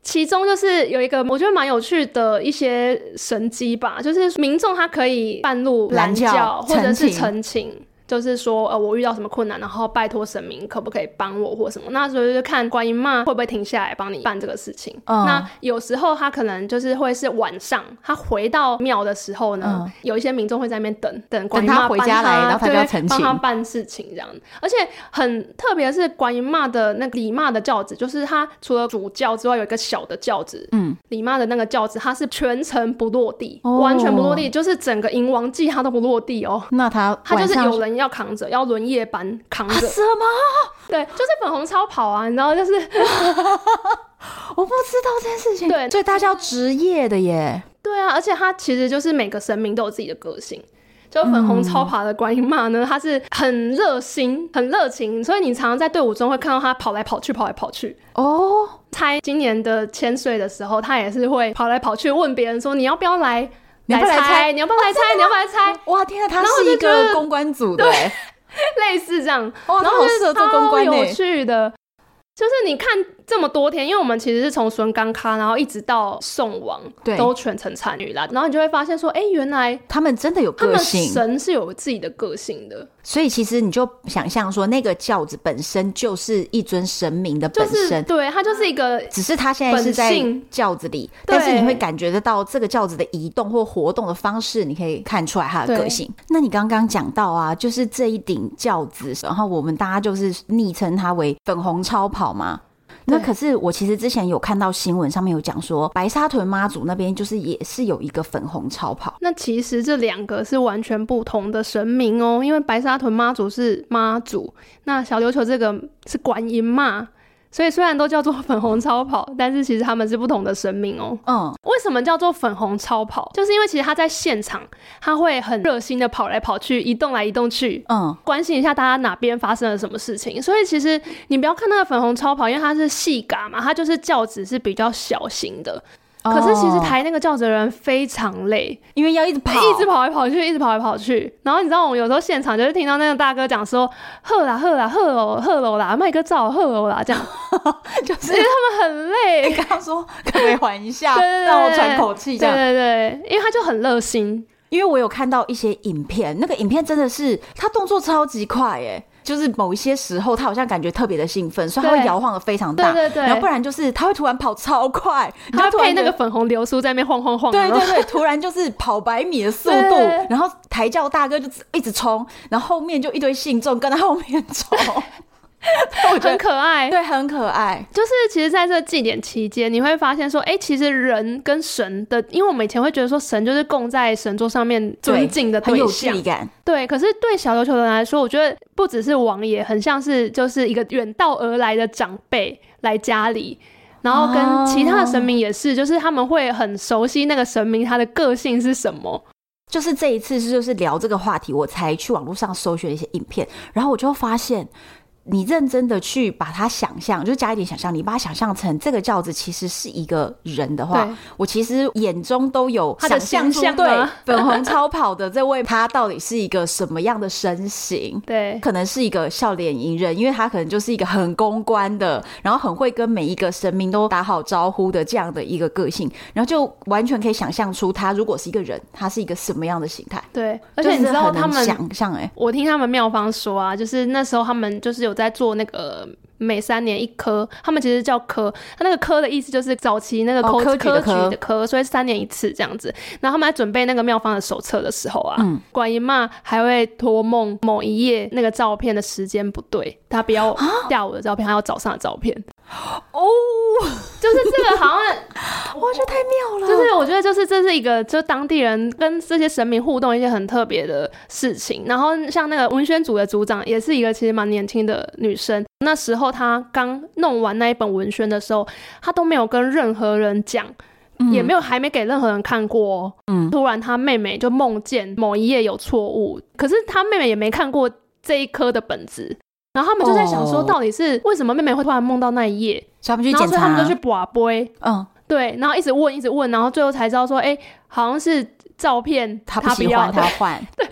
Speaker 3: 其中就是有一个我觉得蛮有趣的一些神机吧，就是民众他可以半路
Speaker 2: 拦
Speaker 3: 拦
Speaker 2: 轿
Speaker 3: 轿或者是
Speaker 2: 陈
Speaker 3: 陈情，就是说，呃，我遇到什么困难，然后拜托神明可不可以帮我或什么。那时候就看观音妈会不会停下来帮你办这个事情。
Speaker 2: 嗯
Speaker 3: 那有时候他可能就是会是晚上，他回到庙的时候呢，
Speaker 2: 嗯
Speaker 3: 有一些民众会在那边等等观音
Speaker 2: 等他
Speaker 3: 妈
Speaker 2: 回
Speaker 3: 帮
Speaker 2: 家来然后他就
Speaker 3: 对
Speaker 2: 要成
Speaker 3: 帮他
Speaker 2: 亲
Speaker 3: 办事情这样。而且很特别的是，观音妈的那个李妈的轿子，就是它除了主轿之外，有一个小的轿子。
Speaker 2: 嗯，
Speaker 3: 李妈的那个轿子，它是全程不落地，
Speaker 2: 哦
Speaker 3: 完全不落地，就是整个迎王祭它都不落地哦。
Speaker 2: 那他
Speaker 3: 他就是
Speaker 2: 晚上啊
Speaker 3: 有人要扛着，要轮夜班扛着，
Speaker 2: 什么？
Speaker 3: 对，就是粉红超跑啊，你知道，就是
Speaker 2: 我不知道这件事情。
Speaker 3: 对
Speaker 2: 所以大家要职业的耶。
Speaker 3: 对啊，而且他其实就是每个神明都有自己的个性。就粉红
Speaker 2: 嗯
Speaker 3: 超跑的观音妈呢，她是很热心、很热情，所以你常常在队伍中会看到她跑来跑去、跑来跑去。
Speaker 2: 哦，
Speaker 3: 猜今年的千岁的时候，她也是会跑来跑去问别人说：“你要不要来？
Speaker 2: 你要不要来猜
Speaker 3: 猜？你要不要来猜？你要不要来猜
Speaker 2: 哇，天啊，他
Speaker 3: 然后
Speaker 2: 是
Speaker 3: 就
Speaker 2: 一
Speaker 3: 觉得
Speaker 2: 个公关组的耶，？”
Speaker 3: 类似这样，
Speaker 2: 哇，
Speaker 3: 然
Speaker 2: 他
Speaker 3: 后
Speaker 2: 好
Speaker 3: 就是
Speaker 2: 适 合做公关欸
Speaker 3: 超有
Speaker 2: 呢。
Speaker 3: 趣的。就是你看这么多天，因为我们其实是从孙刚咖，然后一直到宋王，
Speaker 2: 对
Speaker 3: 都全程参与啦。然后你就会发现说，哎、原来
Speaker 2: 他们真的有
Speaker 3: 他
Speaker 2: 个
Speaker 3: 们
Speaker 2: 性，
Speaker 3: 神是有自己的个性的，
Speaker 2: 所以其实你就想象说，那个轿子本身就是一尊神明的
Speaker 3: 就
Speaker 2: 本
Speaker 3: 是
Speaker 2: 身，
Speaker 3: 对他就是一个
Speaker 2: 只是他现在是在
Speaker 3: 本性
Speaker 2: 轿子里，
Speaker 3: 对
Speaker 2: 但是你会感觉得到这个轿子的移动或活动的方式，你可以看出来它的
Speaker 3: 对
Speaker 2: 个性。那你刚刚讲到啊，就是这一顶轿子，然后我们大家就是昵称它为粉红超跑嘛。那
Speaker 3: 对
Speaker 2: 可是我其实之前有看到新闻上面有讲说，白沙屯妈祖那边就是也是有一个粉红超跑，
Speaker 3: 那其实这两个是完全不同的神明哦，因为白沙屯妈祖是妈祖，那小琉球这个是观音妈，所以虽然都叫做粉红超跑，但是其实他们是不同的神明哦。
Speaker 2: 嗯，
Speaker 3: 为什么叫做粉红超跑？就是因为其实他在现场，他会很热心的跑来跑去，移动来移动去，
Speaker 2: 嗯，
Speaker 3: 关心一下大家哪边发生了什么事情。所以其实你不要看那个粉红超跑，因为它是细嘎嘛，它就是轿子是比较小型的。可是其实
Speaker 2: 哦
Speaker 3: 抬那个轿子的人非常累，
Speaker 2: 因为要一直跑，
Speaker 3: 一直跑来跑去，一直跑来跑去。然后你知道，我们有时候现场就是听到那个大哥讲说：“喝啦喝啦喝喽喝喽啦，麦克照喝喽啦。”这样，
Speaker 2: 就是
Speaker 3: 因为他们很累，
Speaker 2: 刚刚说可不可以缓一下，
Speaker 3: 对对对
Speaker 2: 哎让我喘口气这
Speaker 3: 对
Speaker 2: 样。
Speaker 3: 对对，因为他就很热心，
Speaker 2: 因为我有看到一些影片，那个影片真的是他动作超级快哎。就是某一些时候，他好像感觉特别的兴奋，所以他会
Speaker 3: 对
Speaker 2: 摇晃的非常大。
Speaker 3: 对对对
Speaker 2: 然后不然就是他会突然跑超快，你就
Speaker 3: 他
Speaker 2: 突
Speaker 3: 配
Speaker 2: 然
Speaker 3: 那
Speaker 2: 觉
Speaker 3: 个
Speaker 2: 得
Speaker 3: 粉红流苏在那边晃晃晃，
Speaker 2: 对
Speaker 3: 然后
Speaker 2: 对对，突然就是跑百米的速度
Speaker 3: 对，
Speaker 2: 然后抬轿大哥就一直冲，然后后面就一堆信众跟他后面 冲，我觉
Speaker 3: 很
Speaker 2: 得
Speaker 3: 可爱。
Speaker 2: 对很可爱。
Speaker 3: 就是其实，在这祭典期间，你会发现说，哎、其实人跟神的，因为我们以前会觉得说，神就是供在神桌上面尊
Speaker 2: 对
Speaker 3: 敬的
Speaker 2: 很
Speaker 3: 对
Speaker 2: 有距
Speaker 3: 象
Speaker 2: 离，感，
Speaker 3: 对。可是对小琉球人来说，我觉得不只是王爷，很像是就是一个远道而来的长辈来家里。然后
Speaker 2: 哦
Speaker 3: 跟其他的神明也是，就是他们会很熟悉那个神明他的个性是什么，
Speaker 2: 就是这一次是就是聊这个话题，我才去网络上搜寻了一些影片，然后我就发现，你认真的去把它想象，就加一点想象力，把它想象成这个轿子其实是一个人的话
Speaker 3: 对，
Speaker 2: 我其实眼中都有
Speaker 3: 他的啊
Speaker 2: 想象出
Speaker 3: 形象
Speaker 2: 对
Speaker 3: 吗
Speaker 2: 粉红超跑的这位他到底是一个什么样的身形。
Speaker 3: 对，
Speaker 2: 可能是一个笑脸迎人，因为他可能就是一个很公关的，然后很会跟每一个神明都打好招呼的这样的一个个性，然后就完全可以想象出他如果是一个人，他是一个什么样的形态。
Speaker 3: 对，而且你知
Speaker 2: 就
Speaker 3: 道
Speaker 2: 是
Speaker 3: 他
Speaker 2: 很
Speaker 3: 们
Speaker 2: 难想象哎、
Speaker 3: 我听他们妙方说啊，就是那时候他们就是有在做那个。每三年一科，他们其实叫科，他那个科的意思就是早期那个
Speaker 2: 哦
Speaker 3: 科、
Speaker 2: 科举的科
Speaker 3: 科举的科，所以三年一次这样子。然后他们在准备那个妙方的手册的时候啊，
Speaker 2: 嗯
Speaker 3: 观音妈还会托梦某一页那个照片的时间不对，她不要
Speaker 2: 啊
Speaker 3: 下午的照片，她要早上的照片。
Speaker 2: 哦，
Speaker 3: 就是这个好像
Speaker 2: 哇，这太妙了！
Speaker 3: 就是我觉得就是这是一个就当地人跟这些神明互动一些很特别的事情。然后像那个文宣组的组长也是一个其实蛮年轻的女生，那时候她刚弄完那一本文宣的时候，她都没有跟任何人讲。也没有还没给任何人看过、哦，
Speaker 2: 嗯
Speaker 3: 突然她妹妹就梦见某一页有错误，可是她妹妹也没看过这一科的本子，然后他们就在想说，
Speaker 2: 哦
Speaker 3: 到底是为什么妹妹会突然梦到那一页，
Speaker 2: 所以他们去
Speaker 3: 然后
Speaker 2: 检
Speaker 3: 所以
Speaker 2: 查，
Speaker 3: 他们就去卜杯，
Speaker 2: 嗯，
Speaker 3: 对，然后一直问，一直问，然后最后才知道说，哎、好像是照片
Speaker 2: 他不
Speaker 3: 不
Speaker 2: 喜
Speaker 3: 要
Speaker 2: 欢，他
Speaker 3: 的，
Speaker 2: 换。对，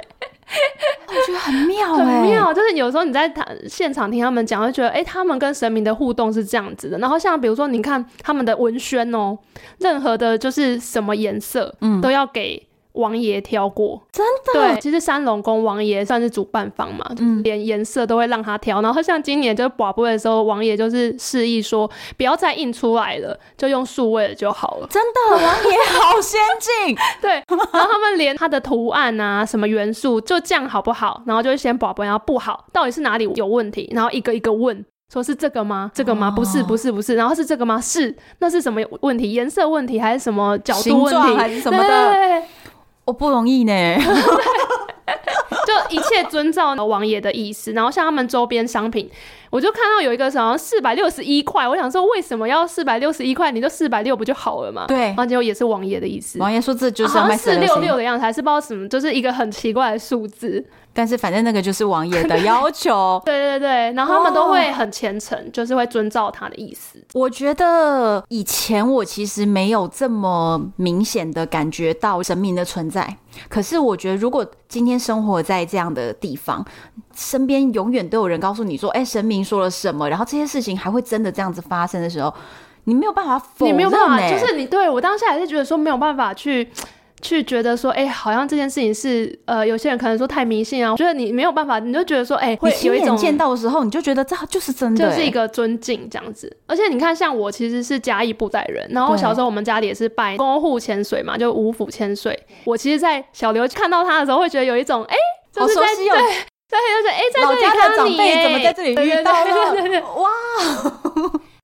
Speaker 2: 我觉得很妙
Speaker 3: 很
Speaker 2: 哎、
Speaker 3: 妙。就是有时候你在谈现场听他们讲，会觉得，哎、他们跟神明的互动是这样子的。然后像比如说，你看他们的文宣哦、任何的就是什么颜色，
Speaker 2: 嗯
Speaker 3: 都要给王爷挑过。
Speaker 2: 真的
Speaker 3: 对，其实三龙宫王爷算是主办方嘛，
Speaker 2: 嗯
Speaker 3: 连颜色都会让他挑。然后像今年就是寡布的时候，王爷就是示意说不要再印出来了，就用数位的就好了。
Speaker 2: 真的，王爷好先进，
Speaker 3: 对，然后他们连它的图案啊、什么元素，就这样好不好？然后就会先宝宝，然后不好，到底是哪里有问题？然后一个一个问，说是这个吗？这个
Speaker 2: 哦
Speaker 3: 吗？不是，不是，不是。然后是这个吗？是，那是什么问题？颜色问题还是什么角度
Speaker 2: 形
Speaker 3: 问
Speaker 2: 状还
Speaker 3: 题？
Speaker 2: 是什么的，
Speaker 3: 对，
Speaker 2: 我不容 易呢。
Speaker 3: 就一切遵照王爷的意思。然后像他们周边商品，我就看到有一个好像四百六十一块，我想说为什么要四百六十一块？你就四百六不就好了嘛？
Speaker 2: 对
Speaker 3: 然后结果也是王爷的意思。
Speaker 2: 王爷说这就是要
Speaker 3: 好
Speaker 2: 卖
Speaker 3: 像四六六
Speaker 2: 466，
Speaker 3: 的样子，还是不知道什么，就是一个很奇怪的数字。。
Speaker 2: 但是反正那个就是王爷的要求
Speaker 3: 对对对，然后他们都会很虔
Speaker 2: 哦
Speaker 3: 诚，就是会遵照他的意思。
Speaker 2: 我觉得以前我其实没有这么明显的感觉到神明的存在，可是我觉得如果今天生活在这样的地方，身边永远都有人告诉你说：“哎、神明说了什么？”然后这些事情还会真的这样子发生的时候，你没有办法否
Speaker 3: 你
Speaker 2: 认、欸，
Speaker 3: 没有办法，就是你对我当下也是觉得说没有办法去。去觉得说，哎、好像这件事情是，呃，有些人可能说太迷信啊，我觉得你没有办法，你就觉得说，哎、
Speaker 2: 你
Speaker 3: 会有
Speaker 2: 亲
Speaker 3: 一
Speaker 2: 眼
Speaker 3: 种
Speaker 2: 见到的时候，你就觉得这就是真的、欸
Speaker 3: 就是一
Speaker 2: 个
Speaker 3: 个尊敬这样子。而且你看，像我其实是嘉义布袋人，然后
Speaker 2: 对
Speaker 3: 小时候我们家里也是拜公户千岁嘛，就五府千岁。我其实，在小刘看到他的时候，会觉得有一种哎、就
Speaker 2: 好
Speaker 3: 是
Speaker 2: 熟
Speaker 3: 在
Speaker 2: 悉哦、
Speaker 3: 对，就是哎、在
Speaker 2: 老
Speaker 3: 这里
Speaker 2: 家的
Speaker 3: 看到
Speaker 2: 长
Speaker 3: 你
Speaker 2: 辈
Speaker 3: 耶
Speaker 2: 怎么在这里遇到
Speaker 3: 对对对对对
Speaker 2: 了？
Speaker 3: 对
Speaker 2: 哇，哦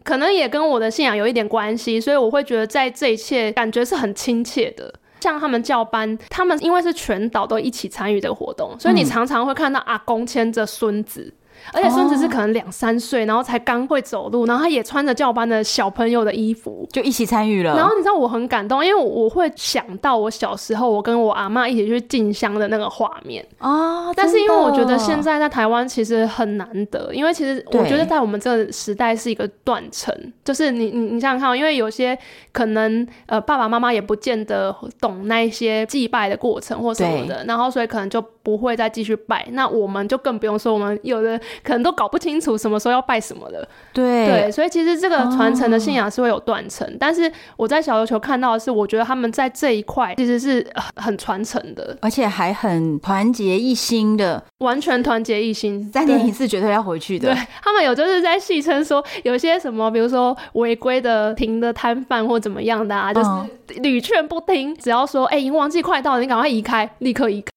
Speaker 3: 可能也跟我的信仰有一点关系，所以我会觉得在这一切感觉是很亲切的。像他们教班，他们因为是全岛都一起参与这个活动，所以你
Speaker 2: 嗯
Speaker 3: 常常会看到阿公牵着孙子。而且孙子
Speaker 2: 哦
Speaker 3: 是可能两三岁，然后才刚会走路，然后他也穿着教班的小朋友的衣服，
Speaker 2: 就一起参与了。
Speaker 3: 然后你知道我很感动，因为我会想到我小时候我跟我阿妈一起去进香的那个画面。
Speaker 2: 啊，
Speaker 3: 但是因为我觉得现
Speaker 2: 在。
Speaker 3: 在在台湾其实很难得，因为其实我
Speaker 2: 对
Speaker 3: 觉得在我们这个时代是一个断层，就是你你你想想看哦，因为有些可能呃爸爸妈妈也不见得懂那一些祭拜的过程或什么的，然后所以可能就不会再继续拜。那我们就更不用说，我们有的可能都搞不清楚什么时候要拜什么了。
Speaker 2: 对哦
Speaker 3: 对，所以其实这个传承的信仰是会有断层，但是我在小琉球看到的是，我觉得他们在这一块其实是很很传承的，
Speaker 2: 而且还很团结一心的，
Speaker 3: 完全团结一心。
Speaker 2: 三年一次绝对要回去的
Speaker 3: 对。他们有就是在戏称说，有一些什么，比如说违规的停的摊贩或怎么样的啊，就是
Speaker 2: 嗯
Speaker 3: 屡劝不听，只要说哎，迎、王季快到了，你赶快移开，立刻移开。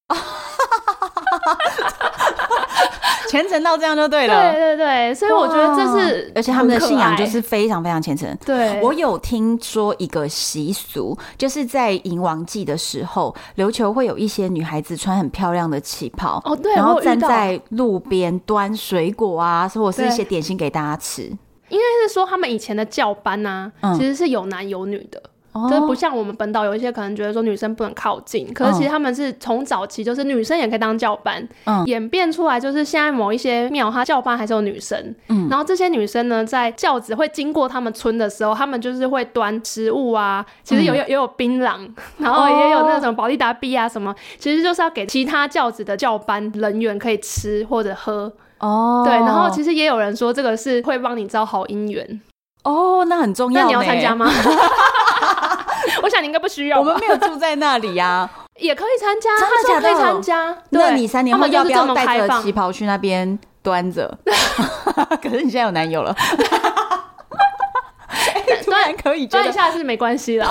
Speaker 2: 全程到这样就对
Speaker 3: 对
Speaker 2: 了。
Speaker 3: 对对，所以我觉得这是，
Speaker 2: 而且他们的信仰就是非常非常虔诚。
Speaker 3: 对，
Speaker 2: 我有听说一个习俗，就是在迎王祭的时候，琉球会有一些女孩子穿很漂亮的旗袍，
Speaker 3: 哦对，
Speaker 2: 然后
Speaker 3: 我有遇
Speaker 2: 站
Speaker 3: 到
Speaker 2: 在路边端水果啊，或者是一
Speaker 3: 对
Speaker 2: 些点心给大家吃。
Speaker 3: 就是说他们以前的教班呐、
Speaker 2: 嗯
Speaker 3: 其实是有男有女的。
Speaker 2: 哦
Speaker 3: 就是不像我们本岛有一些可能觉得说女生不能靠近，可是其实他们是从早期就是女生也可以当教班，
Speaker 2: 嗯
Speaker 3: 演变出来就是现在某一些庙它教班还是有女生，嗯，然后这些女生呢在教子会经过他们村的时候，他们就是会端食物
Speaker 2: 嗯
Speaker 3: 啊，其实有有也有槟榔，
Speaker 2: 哦
Speaker 3: 然后也有那种保利达币啊什么，其实就是要给其他教子的教班人员可以吃或者喝，
Speaker 2: 哦，
Speaker 3: 对，然后其实也有人说这个是会帮你招好姻缘，
Speaker 2: 哦，那很重要。
Speaker 3: 那你要参加？吗？ 我想你应该不需要
Speaker 2: 我
Speaker 3: 吧，
Speaker 2: 们没有住在那里呀。
Speaker 3: 也可以参加，
Speaker 2: 真的
Speaker 3: 他说可
Speaker 2: 假
Speaker 3: 以
Speaker 2: 的
Speaker 3: 参加。
Speaker 2: 那
Speaker 3: 对
Speaker 2: 你三年
Speaker 3: 他
Speaker 2: 后
Speaker 3: 们就
Speaker 2: 要不
Speaker 3: 是这
Speaker 2: 要
Speaker 3: 么
Speaker 2: 带
Speaker 3: 开
Speaker 2: 着
Speaker 3: 放
Speaker 2: 旗？袍去那边端着？ 可是你现在有男 友了，哎突然可以觉
Speaker 3: 转
Speaker 2: 得
Speaker 3: 一，下是没关系啦，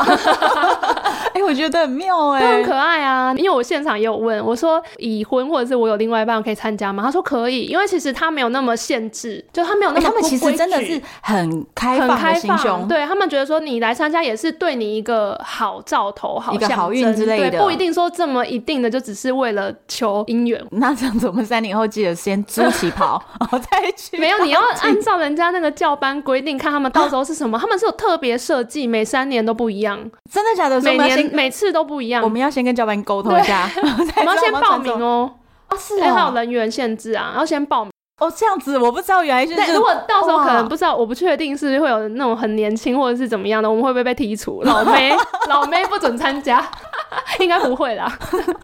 Speaker 2: 哎，我觉得很妙
Speaker 3: 都
Speaker 2: 哎
Speaker 3: 很可，爱啊。因为我现场也有问我说，已婚或者是我有另外一半可以参加吗？他说可以，因为其实他没有那么限制，就他没有那
Speaker 2: 哎
Speaker 3: 么
Speaker 2: 他们
Speaker 3: 不
Speaker 2: 其实
Speaker 3: 规
Speaker 2: 真的
Speaker 3: 矩
Speaker 2: 是很开
Speaker 3: 很
Speaker 2: 放
Speaker 3: 开
Speaker 2: 的心
Speaker 3: 放，
Speaker 2: 胸，
Speaker 3: 对他们觉得说你来参加也是对你一个好兆头、好
Speaker 2: 一个
Speaker 3: 象
Speaker 2: 好运
Speaker 3: 征
Speaker 2: 之类
Speaker 3: 对
Speaker 2: 的
Speaker 3: 不一定说这么一定的就只是为了求姻 缘。
Speaker 2: 那这样子，我们三年后记得先租旗 袍，然后再去。
Speaker 3: 没有，你要按照人家那个教班规定，看他们到时候是什么。他 们是有特别设计，每三年都不一样，
Speaker 2: 真的假的？所以我
Speaker 3: 每
Speaker 2: 们要
Speaker 3: 年
Speaker 2: 先，
Speaker 3: 每次都不一样。
Speaker 2: 我们要先跟教官沟通一下， 我
Speaker 3: 我们要先报名
Speaker 2: 哦。
Speaker 3: 哦，
Speaker 2: 啊，是
Speaker 3: 还有
Speaker 2: 哦，
Speaker 3: 人员限制啊，要先报名。
Speaker 2: 哦，这样子我不知道，原来就是
Speaker 3: 对，如果到时候可能
Speaker 2: 哇
Speaker 3: 不知道，我不确定是会有那种很年轻或者是怎么样的，我们会不会被剔除？ 老妹，老妹不准参加， 应该不会啦。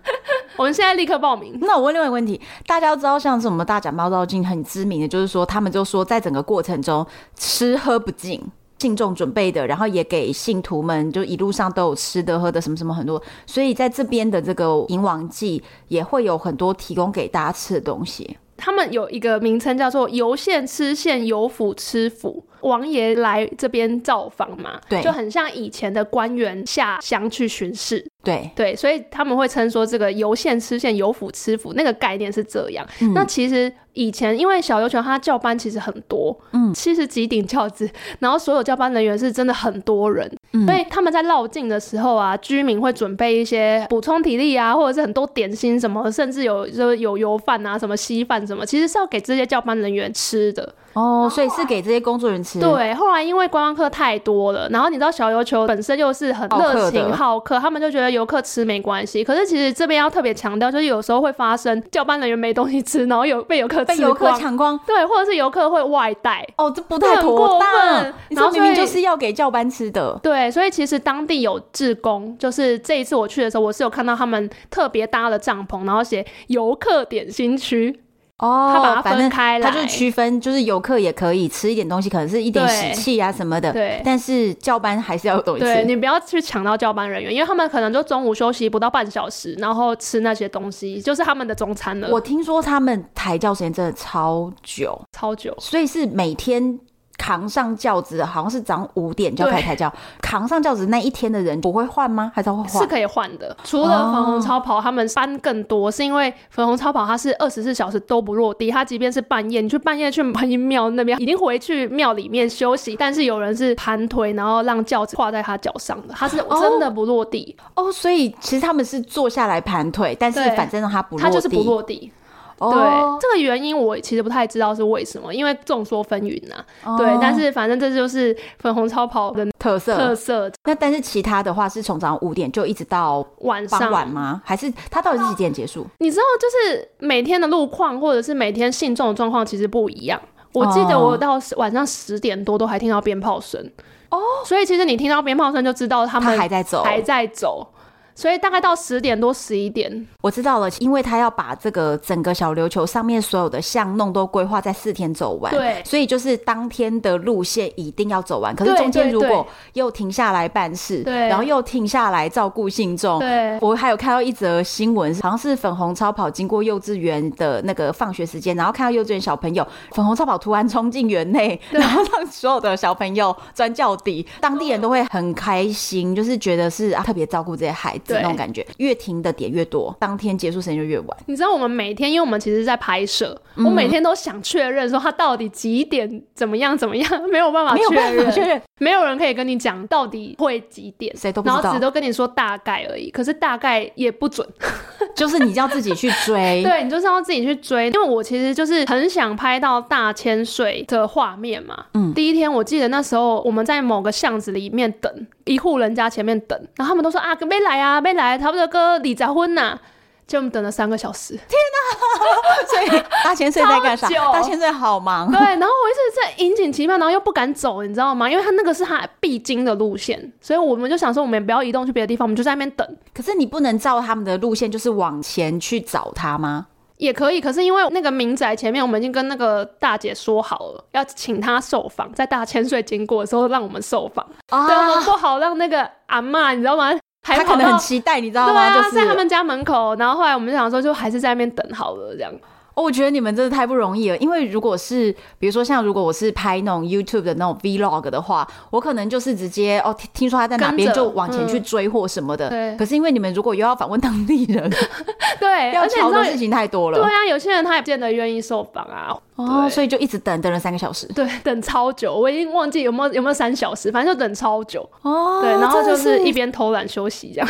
Speaker 3: 我们现在立刻报名。
Speaker 2: 那我问另外一个问题，大家都知道，像是我们大展猫照镜很知名的，就是说他们就说在整个过程中吃喝不尽。信众准备的，然后也给信徒们就一路上都有吃的喝的什么什么很多，所以在这边的这个迎王祭也会有很多提供给大家吃的东西。
Speaker 3: 他们有一个名称叫做“游县吃县，游府吃府”。王爷来这边造访嘛，
Speaker 2: 对
Speaker 3: 就很像以前的官员下乡去巡视，
Speaker 2: 对，
Speaker 3: 对，所以他们会称说这个游县吃县，游府吃府，那个概念是这样。
Speaker 2: 嗯
Speaker 3: 那其实以前因为小琉球它教班其实很多，
Speaker 2: 嗯
Speaker 3: 七十几顶教子， 然后所有教班人员是真的很多人，
Speaker 2: 嗯
Speaker 3: 所以他们在绕境的时候啊，居民会准备一些补充体力啊，或者是很多点心什么，甚至有就是有油饭啊，什么稀饭什么，其实是要给这些教班人员吃的。
Speaker 2: 哦，所以是给这些工作人员吃。，
Speaker 3: 对，后来因为观光客太多了，然后你知道小琉球本身又是很
Speaker 2: 好客
Speaker 3: 热
Speaker 2: 的
Speaker 3: 情好客，他们就觉得游客吃没关系。可是其实这边要特别强调，就是有时候会发生教班人员没东西吃，然后有被游客
Speaker 2: 被
Speaker 3: 吃
Speaker 2: 游客
Speaker 3: 光，
Speaker 2: 抢光。
Speaker 3: 对，或者是游客会外带。
Speaker 2: 哦，这不太
Speaker 3: 这很
Speaker 2: 妥
Speaker 3: 过
Speaker 2: 当
Speaker 3: 分。
Speaker 2: 你这
Speaker 3: 然后
Speaker 2: 明明
Speaker 3: 所
Speaker 2: 就
Speaker 3: 以
Speaker 2: 是要给教班吃的。
Speaker 3: 对，所以其实当地有志工，就是这一次我去的时候，我是有看到他们特别搭了帐篷，然后写游客点心区，
Speaker 2: 哦，
Speaker 3: 他把它
Speaker 2: 反
Speaker 3: 分
Speaker 2: 正
Speaker 3: 开来，
Speaker 2: 它就是区分，就是游客也可以吃一点东西，可能是一点
Speaker 3: 对
Speaker 2: 喜气啊什么的。
Speaker 3: 对
Speaker 2: 但是教班还是要有东西
Speaker 3: 对
Speaker 2: 吃。
Speaker 3: 你不要去抢到交班人员，因为他们可能就中午休息不到半小时，然后吃那些东西，就是他们的中餐了。
Speaker 2: 我听说他们抬轿时间真的超久，
Speaker 3: 超久，
Speaker 2: 所以是每天扛上轿子，好像是早上五点就要
Speaker 3: 对
Speaker 2: 开始抬轿。扛上轿子那一天的人不会换吗？还是会
Speaker 3: 是
Speaker 2: 换？
Speaker 3: 可以换的。除了粉红超跑，他们班更多，是因为粉红超跑它是二十四小时都不落地，它即便是半夜，你去半夜去观音庙那边，已经回去庙里面休息，但是有人是盘腿，然后让轿子挂在他脚上的，它是真的不落地，
Speaker 2: 哦，所以其实他们是坐下来盘腿，但是
Speaker 3: 对
Speaker 2: 反正让他不落
Speaker 3: 它
Speaker 2: 地，
Speaker 3: 就是不落地。
Speaker 2: 哦
Speaker 3: 对，这个原因我其实不太知道是为什么，因为众说纷纭啊。
Speaker 2: 哦嗯
Speaker 3: 对，但是反正这就是粉红超跑的
Speaker 2: 特色
Speaker 3: 特色。
Speaker 2: 那但是其他的话是从早上五点就一直到
Speaker 3: 晚
Speaker 2: 傍
Speaker 3: 上，
Speaker 2: 晚吗？还是它到底是几点结束？
Speaker 3: 你知道，就是每天的路况或者是每天信众的状况其实不一样。我记得
Speaker 2: 哦
Speaker 3: 我到晚上十点多都还听到鞭炮声哦，所以其实你听到鞭炮声就知道他
Speaker 2: 他
Speaker 3: 们
Speaker 2: 还在走，
Speaker 3: 还在走，所以大概到十点多十一点，
Speaker 2: 我知道了，因为他要把这个整个小琉球上面所有的巷弄都规划在四天走完，
Speaker 3: 对
Speaker 2: 所以就是当天的路线一定要走完。可是
Speaker 3: 对
Speaker 2: 中间
Speaker 3: 对
Speaker 2: 如果
Speaker 3: 对
Speaker 2: 又停下来办事，
Speaker 3: 对
Speaker 2: 然后又停下来照顾信众，
Speaker 3: 对
Speaker 2: 我还有看到一则新闻，好像是粉红超跑经过幼稚园的那个放学时间，然后看到幼稚园小朋友，粉红超跑突然冲进园内，
Speaker 3: 对
Speaker 2: 然后让所有的小朋友钻轿底，当地人都会很开心，就是觉得是啊特别照顾这些孩子
Speaker 3: 对
Speaker 2: 那种感觉。越停的点越多，当天结束时间就越晚。
Speaker 3: 你知道我们每天，因为我们其实在拍摄，
Speaker 2: 嗯
Speaker 3: 我每天都想确认说他到底几点怎么样怎么样， 没有办法
Speaker 2: 没有
Speaker 3: 啊确
Speaker 2: 办法
Speaker 3: 认，
Speaker 2: 确认，
Speaker 3: 没有人可以跟你讲到底会几点，
Speaker 2: 谁都不知道
Speaker 3: 然
Speaker 2: 哎
Speaker 3: 后只都跟你说大概而已，可是大概也不准。
Speaker 2: 就是你要自己去追。
Speaker 3: 对你就是要自己去追，因为我其实就是很想拍到大千岁的画面嘛。
Speaker 2: 嗯
Speaker 3: 第一天我记得那时候我们在某个巷子里面等一户人家前面等，然后他们都说啊，没来啊，没来，差不多哥李杂婚呐，就我们等了三个 小时。
Speaker 2: 所以大千岁在干啥？
Speaker 3: 超久
Speaker 2: 大千岁好忙
Speaker 3: 对，。然后我一直在引颈期盼，然后又不敢走，你知道吗？因为他那个是他必经的路线，所以我们就想说，我们也不要移动去别的地方，我们就在那边等
Speaker 2: 可是你不能照他们的路线，就是往前去找他吗？
Speaker 3: 也可以。可是因为那个民宅前面，我们已经跟那个大姐说好了，要请她受访，在大千岁经过的时候让我们受访，
Speaker 2: 啊
Speaker 3: 对，我们不好让那个阿嬷，你知道吗？还
Speaker 2: 他
Speaker 3: 跑
Speaker 2: 可能
Speaker 3: 到
Speaker 2: 很期待，你知道
Speaker 3: 对
Speaker 2: 吗？
Speaker 3: 啊，
Speaker 2: 就是
Speaker 3: 在他们家门口。然后后来我们就想说，就还是在那边等好了，这样。
Speaker 2: 哦，我觉得你们真的太不容易了，因为如果是比如说像如果我是拍那种 YouTube 的那种 Vlog 的话，我可能就是直接哦听听说他在哪边
Speaker 3: 跟着嗯
Speaker 2: 就往前去追或什么的。
Speaker 3: 对
Speaker 2: 可是因为你们如果又要访问当地人，
Speaker 3: 对，
Speaker 2: 要
Speaker 3: 而且你
Speaker 2: 瞧
Speaker 3: 知
Speaker 2: 的
Speaker 3: 道。
Speaker 2: 事情太多
Speaker 3: 对
Speaker 2: 了。
Speaker 3: 啊，有些人他也不见得愿意受访啊。
Speaker 2: 哦，
Speaker 3: 对
Speaker 2: 所以就一直等等了三个小时。
Speaker 3: 对，等超久，我已经忘记有没有有没有三小时，反正就等超久。
Speaker 2: 哦，
Speaker 3: 对，然后
Speaker 2: 真
Speaker 3: 就
Speaker 2: 的
Speaker 3: 是一边偷懒休息这样。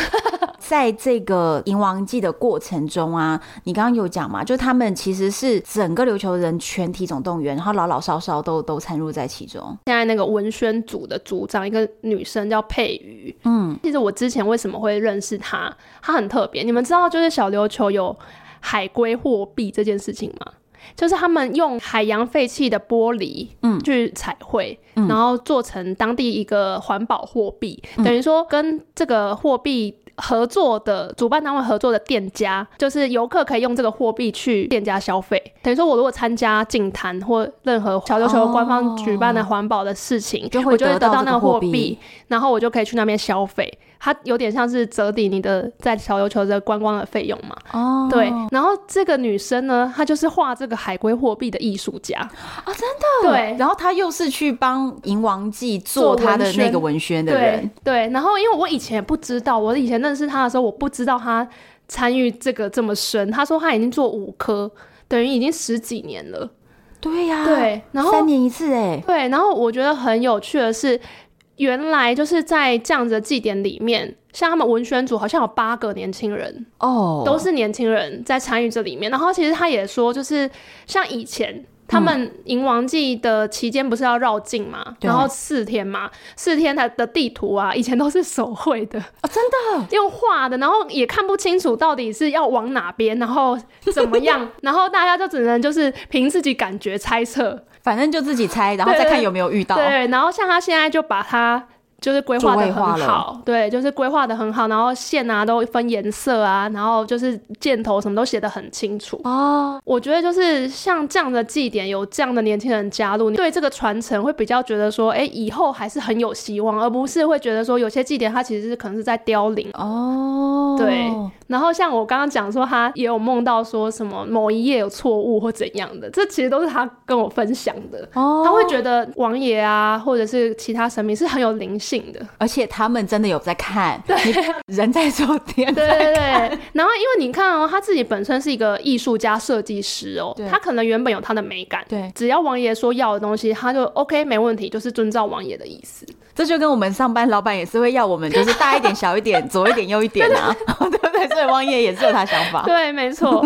Speaker 2: 在这个迎王祭的过程中啊，你刚刚有讲嘛，就他们其实是整个琉球人全体总动员，然后老老少少都都参入在其中。
Speaker 3: 现在那个文宣组的组长，一个女生叫佩瑜。
Speaker 2: 嗯，
Speaker 3: 其实我之前为什么会认识她，她很特别。你们知道，就是小琉球有海龟货币这件事情吗？就是他们用海洋废弃的玻璃，
Speaker 2: 嗯
Speaker 3: 去彩绘，
Speaker 2: 嗯
Speaker 3: 然后做成当地一个环保货币，等于说跟这个货币合作的主办单位合作的店家，就是游客可以用这个货币去店家消费。等于说，我如果参加净坛或任何小琉球官方举办的
Speaker 2: 哦
Speaker 3: 环保的事情，
Speaker 2: 就会
Speaker 3: 我就会
Speaker 2: 得到
Speaker 3: 到
Speaker 2: 这
Speaker 3: 那
Speaker 2: 个
Speaker 3: 个
Speaker 2: 货
Speaker 3: 货
Speaker 2: 币
Speaker 3: 币，然后我就可以去那边消费。它有点像是折抵你的在小琉球的观光的费用嘛。
Speaker 2: 哦
Speaker 3: 对，然后这个女生呢，她就是画这个海龟货币的艺术家。
Speaker 2: 啊，真的
Speaker 3: 对
Speaker 2: 然后他又是去帮银王记做
Speaker 3: 做
Speaker 2: 他的
Speaker 3: 文宣
Speaker 2: 那个文宣的
Speaker 3: 对
Speaker 2: 人，
Speaker 3: 对，然后因为我以前也不知道，我以前认识他的时候，我不知道他参与这个这么深。他说他已经做五科，等于已经十几年了。
Speaker 2: 对呀、
Speaker 3: 对，然后
Speaker 2: 啊三年一次哎，
Speaker 3: 对，然后我觉得很有趣的是，原来就是在这样子的祭典里面，像他们文宣组好像有八个年轻人，
Speaker 2: 哦，
Speaker 3: 都是年轻人在参与这里面。然后其实他也说，就是像以前。他们迎王祭的期间不是要绕境嘛，
Speaker 2: 对
Speaker 3: 然后四天嘛，四天的的地图啊，以前都是手绘的，
Speaker 2: 哦，真的
Speaker 3: 用画的，然后也看不清楚到底是要往哪边，然后怎么样， 然后大家就只能就是凭自己感觉猜测，
Speaker 2: 反正就自己猜，然后再
Speaker 3: 对
Speaker 2: 看
Speaker 3: 对
Speaker 2: 有没有遇到。
Speaker 3: 对，然后像他现在就把它就是规划的
Speaker 2: 就规划
Speaker 3: 很
Speaker 2: 了
Speaker 3: 好，对，就是规划的很好，然后线啊都分颜色啊，然后就是箭头什么都写的很清楚。
Speaker 2: 哦，
Speaker 3: 我觉得就是像这样的祭典，有这样的年轻人加入，你对这个传承会比较觉得说，哎、以后还是很有希望，而不是会觉得说有些祭典它其实是可能是在凋零。
Speaker 2: 哦，
Speaker 3: 对然后像我刚刚讲说，他也有梦到说什么某一页有错误或怎样的，这其实都是他跟我分享的。
Speaker 2: 哦，
Speaker 3: 他会觉得王爷啊，或者是其他神明是很有灵性的。
Speaker 2: 而且他们真的有在看， 你人在做天，
Speaker 3: 对对对。 然后因为你看哦，他自己本身是一个艺术家、设计师哦
Speaker 2: 对，
Speaker 3: 他可能原本有他的美感，
Speaker 2: 对
Speaker 3: 只要王爷说要的东西，他就 OK 没问题，就是遵照王爷的意思。
Speaker 2: 这就跟我们上班，老板也是会要我们就是大一点、小一点、左一点、右一点 啊， 对不对？所以汪爷也是有他想法。
Speaker 3: 对，没错。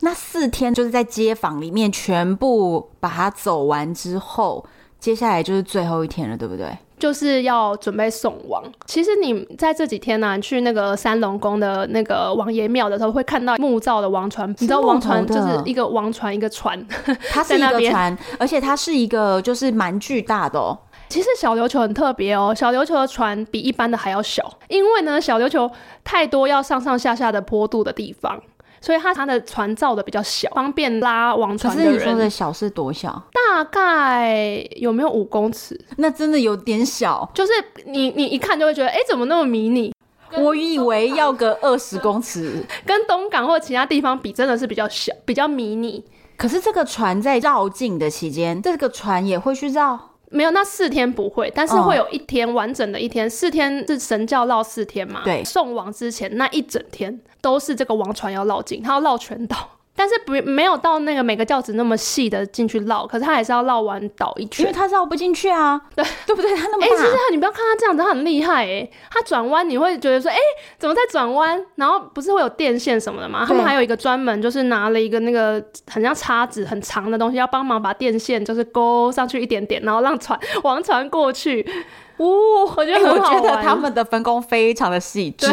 Speaker 2: 那四天就是在街坊里面全部把它走完之后，接下来就是最后一天了，对不对？
Speaker 3: 就是要准备送王。其实你在这几天呢、去那个三龙宫的那个王爷庙的时候，会看到木造的王船。你知道
Speaker 2: 木
Speaker 3: 王船
Speaker 2: 头
Speaker 3: 就
Speaker 2: 的
Speaker 3: 是一个王船一个船。
Speaker 2: 它是一
Speaker 3: 在那
Speaker 2: 个
Speaker 3: 边
Speaker 2: 船，而且它是一个就是蛮巨大的哦。
Speaker 3: 其实小琉球很特别哦，小琉球的船比一般的还要小，因为呢，小琉球太多要上上下下的坡度的地方。所以它它的船造的比较小，方便拉王
Speaker 2: 可
Speaker 3: 船
Speaker 2: 是
Speaker 3: 的
Speaker 2: 你说的
Speaker 3: 人，
Speaker 2: 小是多小？
Speaker 3: 大概有没有五公尺？
Speaker 2: 那真的有点小，
Speaker 3: 就是你你一看就会觉得，哎、怎么那么迷你？
Speaker 2: 我以为要个二十公尺。
Speaker 3: 跟东港或其他地方比，真的是比较小，比较迷你。
Speaker 2: 可是这个船在绕境的期间，这个船也会去绕。
Speaker 3: 没有，那四天不会，但是
Speaker 2: 哦
Speaker 3: 会有一天、完整的一天，四天是神教绕四天嘛？
Speaker 2: 对
Speaker 3: 送王之前那一整天都是这个王船要绕境，它要绕全岛， 但是不没有到那个每个教子那么细的进去绕，可是它还是要绕完岛一
Speaker 2: 因为
Speaker 3: 圈。
Speaker 2: 它绕不进去啊，对对不对？它那么
Speaker 3: 哎、其实
Speaker 2: 大，
Speaker 3: 它你不要看它这样子，它很厉害哎、它转弯你会觉得说，哎、怎么在转弯？然后不是会有电线什么的吗？他们
Speaker 2: 对
Speaker 3: 还有一个专门就是拿了一个那个很像叉子很长的东西，要帮忙把电线就是勾上去一点点，然后让船 往船过去。
Speaker 2: 哦，
Speaker 3: 我觉得
Speaker 2: 哎我
Speaker 3: 很好
Speaker 2: 觉
Speaker 3: 玩，
Speaker 2: 得他们的分工非常的细致，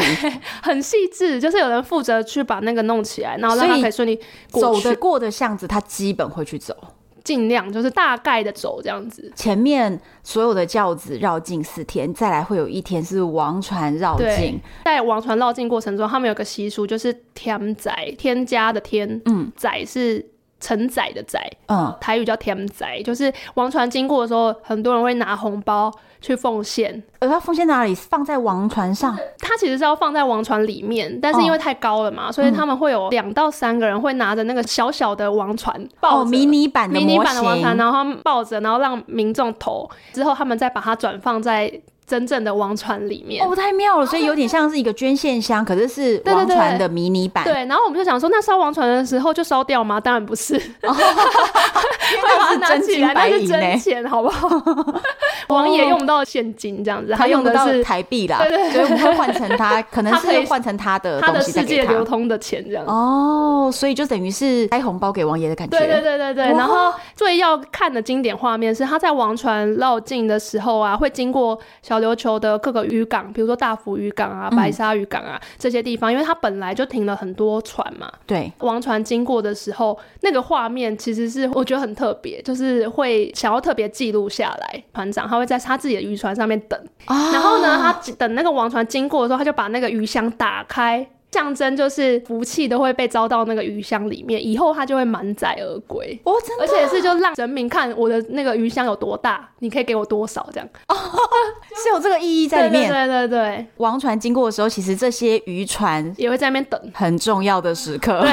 Speaker 3: 很细致，就是有人负责去把那个弄起来，然后让
Speaker 2: 所
Speaker 3: 它
Speaker 2: 以
Speaker 3: 可以顺利过
Speaker 2: 走
Speaker 3: 去
Speaker 2: 得，过的巷子，他基本会去走。
Speaker 3: 尽量就是大概的走这样子。
Speaker 2: 前面所有的轿子绕境四天，再来会有一天是王船绕
Speaker 3: 对
Speaker 2: 境，，
Speaker 3: 在王船绕境过程中，他们有个习俗，就是添仔，添加的添，
Speaker 2: 嗯
Speaker 3: 仔是承载的载，
Speaker 2: 嗯，
Speaker 3: 台语叫添仔，就是王船经过的时候，很多人会拿红包去奉献，
Speaker 2: 而它奉献哪里？放在王船上，
Speaker 3: 它其实是要放在王船里面，但是因为太高了
Speaker 2: 哦
Speaker 3: 嘛，所以他们会有两到三个人会拿着那个小小的王船，抱
Speaker 2: 哦，
Speaker 3: 着
Speaker 2: 迷你版的
Speaker 3: 迷你
Speaker 2: 模
Speaker 3: 版的王船，
Speaker 2: 型，
Speaker 3: 然后他们抱着，然后让民众投，之后他们再把它转放在真正的王船里面。
Speaker 2: 哦，太妙了！所以有点像是一个捐献箱，可是是
Speaker 3: 对
Speaker 2: 王
Speaker 3: 对
Speaker 2: 船的迷你版，
Speaker 3: 对，然后我们就想说，那烧王船的时候就烧掉吗？当然不是，
Speaker 2: 哦
Speaker 3: 会把
Speaker 2: 那
Speaker 3: 它
Speaker 2: 是
Speaker 3: 拿
Speaker 2: 真
Speaker 3: 起
Speaker 2: 金
Speaker 3: 来，
Speaker 2: 白
Speaker 3: 那是
Speaker 2: 银
Speaker 3: 真
Speaker 2: 呢，
Speaker 3: 钱，好 不好？王爷用不到现金这样子，
Speaker 2: 哦他用
Speaker 3: 的
Speaker 2: 得到
Speaker 3: 是
Speaker 2: 台币啦，
Speaker 3: 对对
Speaker 2: 所以我们会换成他，可能
Speaker 3: 他可
Speaker 2: 是
Speaker 3: 以
Speaker 2: 换成他的
Speaker 3: 他
Speaker 2: 东
Speaker 3: 的
Speaker 2: 西再
Speaker 3: 世
Speaker 2: 给
Speaker 3: 界流
Speaker 2: 他。
Speaker 3: 通的钱这样子。
Speaker 2: 哦，所以就等于是开红包给王爷的感觉。
Speaker 3: 对对对对对，
Speaker 2: 哇
Speaker 3: 然后最要看的经典画面是他在王船绕境的时候啊，会经过小小琉球的各个渔港，比如说大福渔港
Speaker 2: 嗯
Speaker 3: 啊、白沙渔港啊、这些地方，因为它本来就停了很多船嘛，
Speaker 2: 对，
Speaker 3: 王船经过的时候，那个画面其实是我觉得很特别，就是会想要特别记录下来。船长他会在他自己的渔船上面等，然后
Speaker 2: 哦
Speaker 3: 呢，
Speaker 2: 啊
Speaker 3: 他等那个王船经过的时候，他就把那个鱼箱打开。象征就是福气都会被招到那个鱼箱里面，以后他就会满载而归。
Speaker 2: 哦，真的
Speaker 3: 而且是就让人民看我的那个鱼箱有多大，你可以给我多少这样，
Speaker 2: 是有这个意义在里面。
Speaker 3: 对对对对，
Speaker 2: 王船经过的时候，其实这些渔船
Speaker 3: 也会在那边等。
Speaker 2: 很重要的时刻，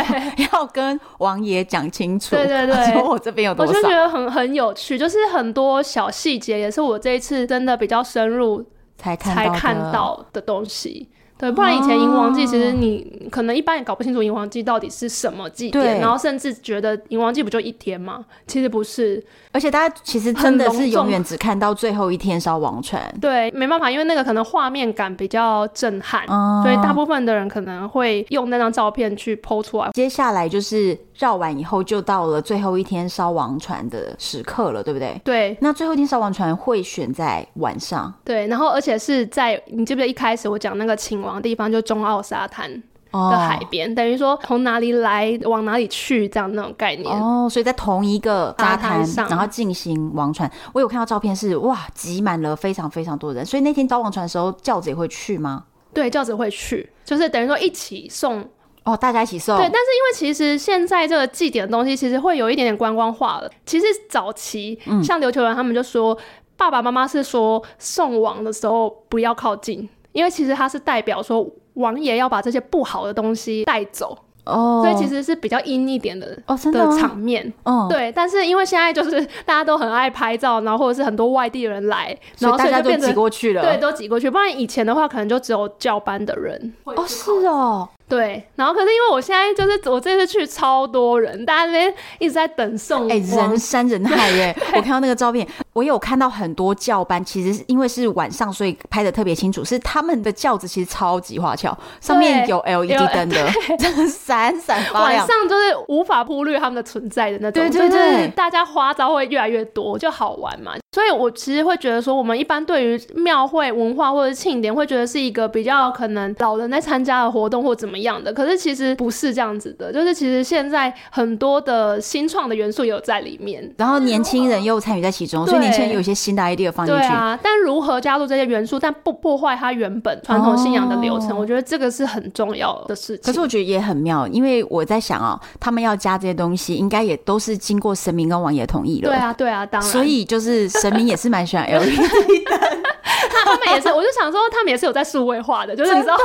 Speaker 2: 要跟王爷讲清楚。
Speaker 3: 对对对
Speaker 2: 说我这边有多
Speaker 3: 我就
Speaker 2: 少？
Speaker 3: 觉得很很有趣，就是很多小细节也是我这一次真的比较深入
Speaker 2: 才看
Speaker 3: 才
Speaker 2: 的哦
Speaker 3: 看。到的东西。对，不然以前银王记其实你可能一般也搞不清楚银王记到底是什么祭典，
Speaker 2: 对
Speaker 3: 然后甚至觉得银王记不就一天吗？其实不是，
Speaker 2: 而且大家其实真的
Speaker 3: 很隆
Speaker 2: 是
Speaker 3: 重
Speaker 2: 永远只看到最后一天烧王船。
Speaker 3: 对，没办法，因为那个可能画面感比较震撼，
Speaker 2: 哦
Speaker 3: 所以大部分的人可能会用那张照片去剖出来。
Speaker 2: 接下来就是绕完以后，就到了最后一天烧王船的时刻了，对不对？
Speaker 3: 对
Speaker 2: 那最后一天烧王船会选在晚上
Speaker 3: 对，然后而且是在你记不记得一开始我讲那个秦王的地方，就中澳沙滩，
Speaker 2: 哦
Speaker 3: 的海边，等于说从哪里来往哪里去这样那种概念。
Speaker 2: 哦，所以在同一个沙
Speaker 3: 沙
Speaker 2: 滩
Speaker 3: 滩，啊上
Speaker 2: 然后进行王船。我有看到照片是哇，挤满了非常非常多人。所以那天烧王船的时候，教子也会去吗？
Speaker 3: 对，教子会去，就是等于说一起送。
Speaker 2: 哦，大家一起送。
Speaker 3: 对，但是因为其实现在这个祭典的东西，其实会有一点点观光化了。其实早期，
Speaker 2: 嗯
Speaker 3: 像琉球人他们就说，爸爸妈妈是说送往的时候不要靠近，因为其实它是代表说王爷要把这些不好的东西带走，
Speaker 2: 哦，
Speaker 3: 所以其实是比较阴一点的。
Speaker 2: 哦，真的
Speaker 3: 的
Speaker 2: 吗
Speaker 3: 场面，
Speaker 2: 嗯，
Speaker 3: 对，但是因为现在就是大家都很爱拍照，然后或者是很多外地人来，然后
Speaker 2: 所以大家
Speaker 3: 就
Speaker 2: 都
Speaker 3: 变
Speaker 2: 挤
Speaker 3: 成
Speaker 2: 过去了。
Speaker 3: 对，，都挤过去。不然以前的话，可能就只有教班的人。
Speaker 2: 哦，是哦，
Speaker 3: 对，然后可是因为我现在就是我这次去超多人，大家那边一直在等送
Speaker 2: 哎、
Speaker 3: 光
Speaker 2: 人山人海 耶！我看到那个照片，我有看到很多教班，其实是因为是晚上，所以拍的特别清楚，是他们的轿子其实超级花俏，上面有 LED
Speaker 3: 有
Speaker 2: 灯的，真的 闪闪发
Speaker 3: 晚
Speaker 2: 亮
Speaker 3: 上。就是无法忽略他们的存在的那种，
Speaker 2: 对对
Speaker 3: 所以就是
Speaker 2: 对
Speaker 3: 大家花招会越来越多，就好玩嘛。所以我其实会觉得说，我们一般对于庙会文化或者是庆典，会觉得是一个比较可能老人在参加的活动或怎么样的，可是其实不是这样子的，就是其实现在很多的新创的元素也有在里面。
Speaker 2: 然后年轻人又参与在其中，所以
Speaker 3: 对
Speaker 2: 年轻人有一些新的 idea 放进
Speaker 3: 对
Speaker 2: 去。
Speaker 3: 啊，但如何加入这些元素，但不破坏它原本传统信仰的流程，
Speaker 2: 哦
Speaker 3: 我觉得这个是很重要的事情。
Speaker 2: 可是我觉得也很妙，因为我在想哦，他们要加这些东西，应该也都是经过神明跟王爷同意了。
Speaker 3: 对，啊，对啊，当然，
Speaker 2: 所以就是神明也是蛮喜欢 LED
Speaker 3: 他他们也是，我就想说，他们也是有在数位化的，就 是你知道，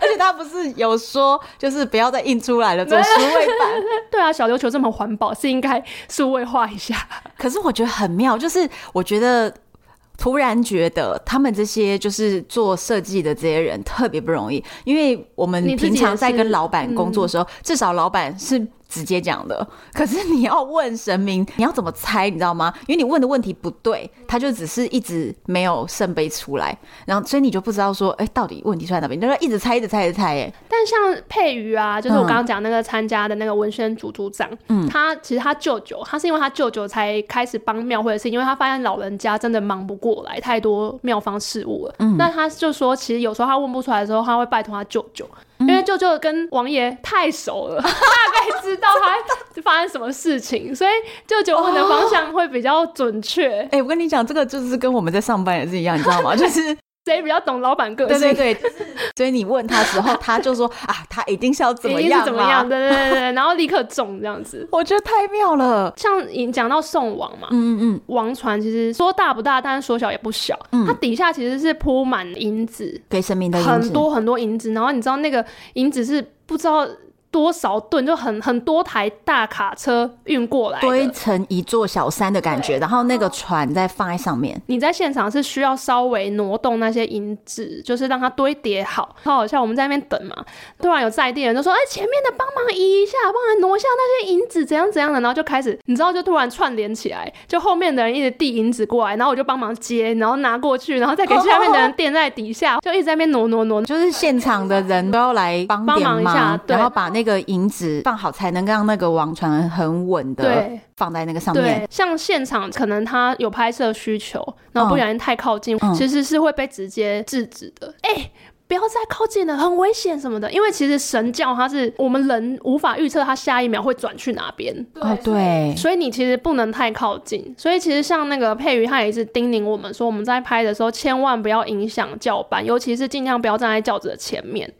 Speaker 2: 而且他不是有说，就是不要再印出来了， 做数位版。
Speaker 3: 对啊，小琉球这么环保，是应该数位化一下。
Speaker 2: 可是我觉得很妙，就是我觉得突然觉得他们这些就是做设计的这些人特别不容易，因为我们
Speaker 3: 你自己
Speaker 2: 平常在
Speaker 3: 也是嗯
Speaker 2: 跟老板工作的时候，至少老板是。直接讲的，可是你要问神明，你要怎么猜，你知道吗？因为你问的问题不对，他就只是一直没有圣杯出来，然后所以你就不知道说，哎、到底问题出在哪边？他就一直猜，一直猜，一直猜，哎，
Speaker 3: 但像佩瑜啊，就是我
Speaker 2: 嗯
Speaker 3: 刚刚讲那个参加的那个文宣组组长，
Speaker 2: 嗯
Speaker 3: 他其实他舅舅，他是因为他舅舅才开始帮庙会的事情，因为他发现老人家真的忙不过来，太多妙方事务了。
Speaker 2: 嗯
Speaker 3: 那他就说，其实有时候他问不出来的时候，他会拜托他舅舅，
Speaker 2: 嗯
Speaker 3: 因为舅舅跟王爷太熟了，大 概知道他发生什么事情，所以舅舅问的方向会比较 准确。
Speaker 2: 哎、我跟你讲，这个就是跟我们在上班也是一样，你知道吗？ 就是
Speaker 3: 谁比较懂老板个性？
Speaker 2: 对对对，所以你问他时候，他就说啊，他一定是要怎么
Speaker 3: 一定
Speaker 2: 样啊
Speaker 3: 是怎么样？
Speaker 2: 的。
Speaker 3: 对对对对，然后立刻中这样子。
Speaker 2: 我觉得太妙了，
Speaker 3: 像你讲到送网嘛，
Speaker 2: 嗯嗯嗯，
Speaker 3: 王船其实说大不大，但是说小也不小，
Speaker 2: 嗯
Speaker 3: 它底下其实是铺满银子，
Speaker 2: 给神明的银
Speaker 3: 很
Speaker 2: 子，
Speaker 3: 多很多银子，然后你知道那个银子是不知道多少吨，就很很多台大卡车运过来
Speaker 2: 堆
Speaker 3: 的。
Speaker 2: 成一座小山的感觉，然后那个船再放在上面，
Speaker 3: 你在现场是需要稍微挪动那些银子，就是让它堆叠好。超好笑，我们在那边等嘛，突然有在地人就说：“哎、前面的帮忙移一下，帮忙挪一下那些银子，怎样怎样的。”然后就开始，你知道，就突然串联起来，就后面的人一直递银子过来，然后我就帮忙接，然后拿过去，然后再给下面的人垫在底下，就一直在那边挪挪挪。
Speaker 2: 就是现场的人都要来帮
Speaker 3: 帮
Speaker 2: 点
Speaker 3: 忙一下对
Speaker 2: 然后把那那个银子放好，才能让那个王船很稳的
Speaker 3: 对
Speaker 2: 放在那个上面。
Speaker 3: 对，像现场可能他有拍摄需求，然后不小心太靠近，
Speaker 2: 嗯
Speaker 3: 其实是会被直接制止的。哎、不要再靠近了，很危险什么的。因为其实神教它是我们人无法预测它下一秒会转去哪边，
Speaker 2: 哦，对，
Speaker 3: 所以你其实不能太靠近。所以其实像那个佩瑜，他也一直叮咛我们说，我们在拍的时候千万不要影响教班，尤其是尽量不要站在轿子的前面。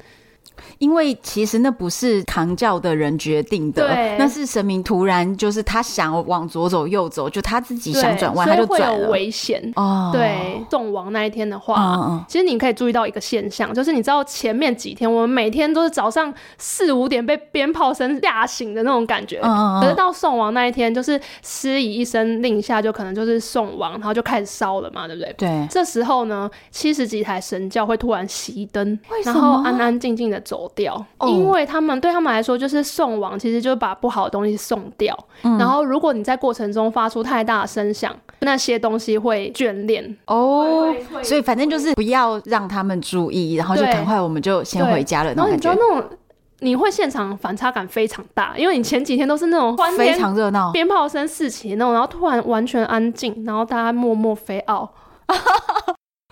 Speaker 2: 因为其实那不是扛教的人决定的
Speaker 3: 对，
Speaker 2: 那是神明突然就是他想往左走右走，就他自己
Speaker 3: 对，
Speaker 2: 想转弯
Speaker 3: 所
Speaker 2: 他
Speaker 3: 以
Speaker 2: 就
Speaker 3: 会
Speaker 2: 转
Speaker 3: 有
Speaker 2: 了。
Speaker 3: 危险。
Speaker 2: 哦，
Speaker 3: 对，中王那一天的话，
Speaker 2: 嗯嗯
Speaker 3: 其实你可以注意到一个现象，就是你知道前面几天我们每天都是早上四五点被鞭炮声吓醒的那种感觉，
Speaker 2: 嗯嗯
Speaker 3: 可是
Speaker 2: 嗯，
Speaker 3: 到送王那一天，就是司仪一声令下，就可能就是送王，然后就开始烧了嘛，对不对？
Speaker 2: 对，
Speaker 3: 这时候呢，七十几台神教会突然熄灯
Speaker 2: 为，什
Speaker 3: 然
Speaker 2: 么
Speaker 3: 后安安静静的走掉，
Speaker 2: 哦
Speaker 3: 因为他们对他们来说，就是送往，其实就是把不好的东西送掉。
Speaker 2: 嗯
Speaker 3: 然后，如果你在过程中发出太大的声响，那些东西会眷恋。
Speaker 2: 哦，所以反正就是不要让他们注意，然后就
Speaker 3: 对
Speaker 2: 赶快我们就先回家了
Speaker 3: 然
Speaker 2: 那
Speaker 3: 后
Speaker 2: 种感
Speaker 3: 你知道
Speaker 2: 觉，
Speaker 3: 那种，你会现场反差感非常大，因为你前几天都是那种欢
Speaker 2: 非
Speaker 3: 天
Speaker 2: 常热闹。
Speaker 3: 鞭炮声四起那种，然后突然完全安静，然后大家默默飞
Speaker 2: 哦
Speaker 3: 傲。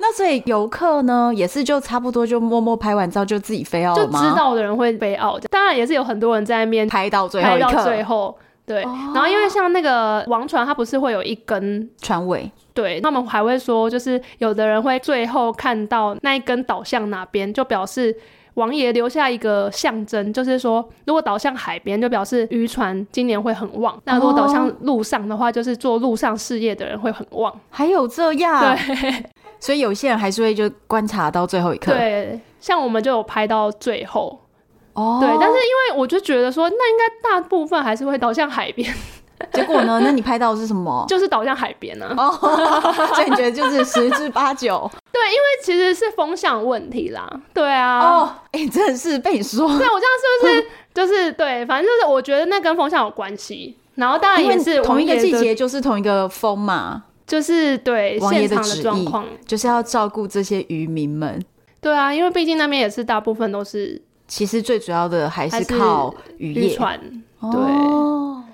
Speaker 2: 那所以游客呢，也是就差不多就默默拍完照就自己飞哦奥
Speaker 3: 就
Speaker 2: 了
Speaker 3: 知
Speaker 2: 吗？
Speaker 3: 道的人会被傲，当然也是有很多人在那边
Speaker 2: 拍到最后
Speaker 3: 拍
Speaker 2: 一
Speaker 3: 到
Speaker 2: 刻，哦
Speaker 3: 最后。对，然后因为像那个王船，它不是会有一根，
Speaker 2: 船尾
Speaker 3: 对他们还会说，就是有的人会最后看到那一根倒向哪边，就表示王爷留下一个象征，就是说如果倒向海边，就表示渔船今年会很旺；那如果倒向
Speaker 2: 哦
Speaker 3: 路上的话，就是做路上事业的人会很旺。
Speaker 2: 还有这样，
Speaker 3: 对
Speaker 2: 所以有些人还是会就观察到最后一刻。，
Speaker 3: 对，像我们就有拍到最后，
Speaker 2: 哦，
Speaker 3: 对，但是因为我就觉得说，那应该大部分还是会倒向海边，
Speaker 2: 结果呢？那你拍到的是什么？
Speaker 3: 就是倒向海边啊。
Speaker 2: 哦， 所以你觉得就是十之八 九
Speaker 3: 对，因为其实是风向问题啦。对啊。
Speaker 2: 哦，哎、真的是被你说，
Speaker 3: 对，我这 样是不是就是对？反正就是我觉得那跟风向有关系。然后当然
Speaker 2: 因
Speaker 3: 也
Speaker 2: 为
Speaker 3: 是
Speaker 2: 同一个
Speaker 3: 王爷
Speaker 2: 季
Speaker 3: 的，
Speaker 2: 节就是同一个风嘛，
Speaker 3: 就是对
Speaker 2: 王
Speaker 3: 现
Speaker 2: 爷的
Speaker 3: 场
Speaker 2: 旨
Speaker 3: 的
Speaker 2: 意
Speaker 3: 状况。
Speaker 2: 就是要照顾这些渔民们。
Speaker 3: 对啊，因为毕竟那边也是大部分都是
Speaker 2: 其实最主要的还
Speaker 3: 还
Speaker 2: 是
Speaker 3: 是
Speaker 2: 靠渔
Speaker 3: 渔
Speaker 2: 业，
Speaker 3: 船。对
Speaker 2: 哦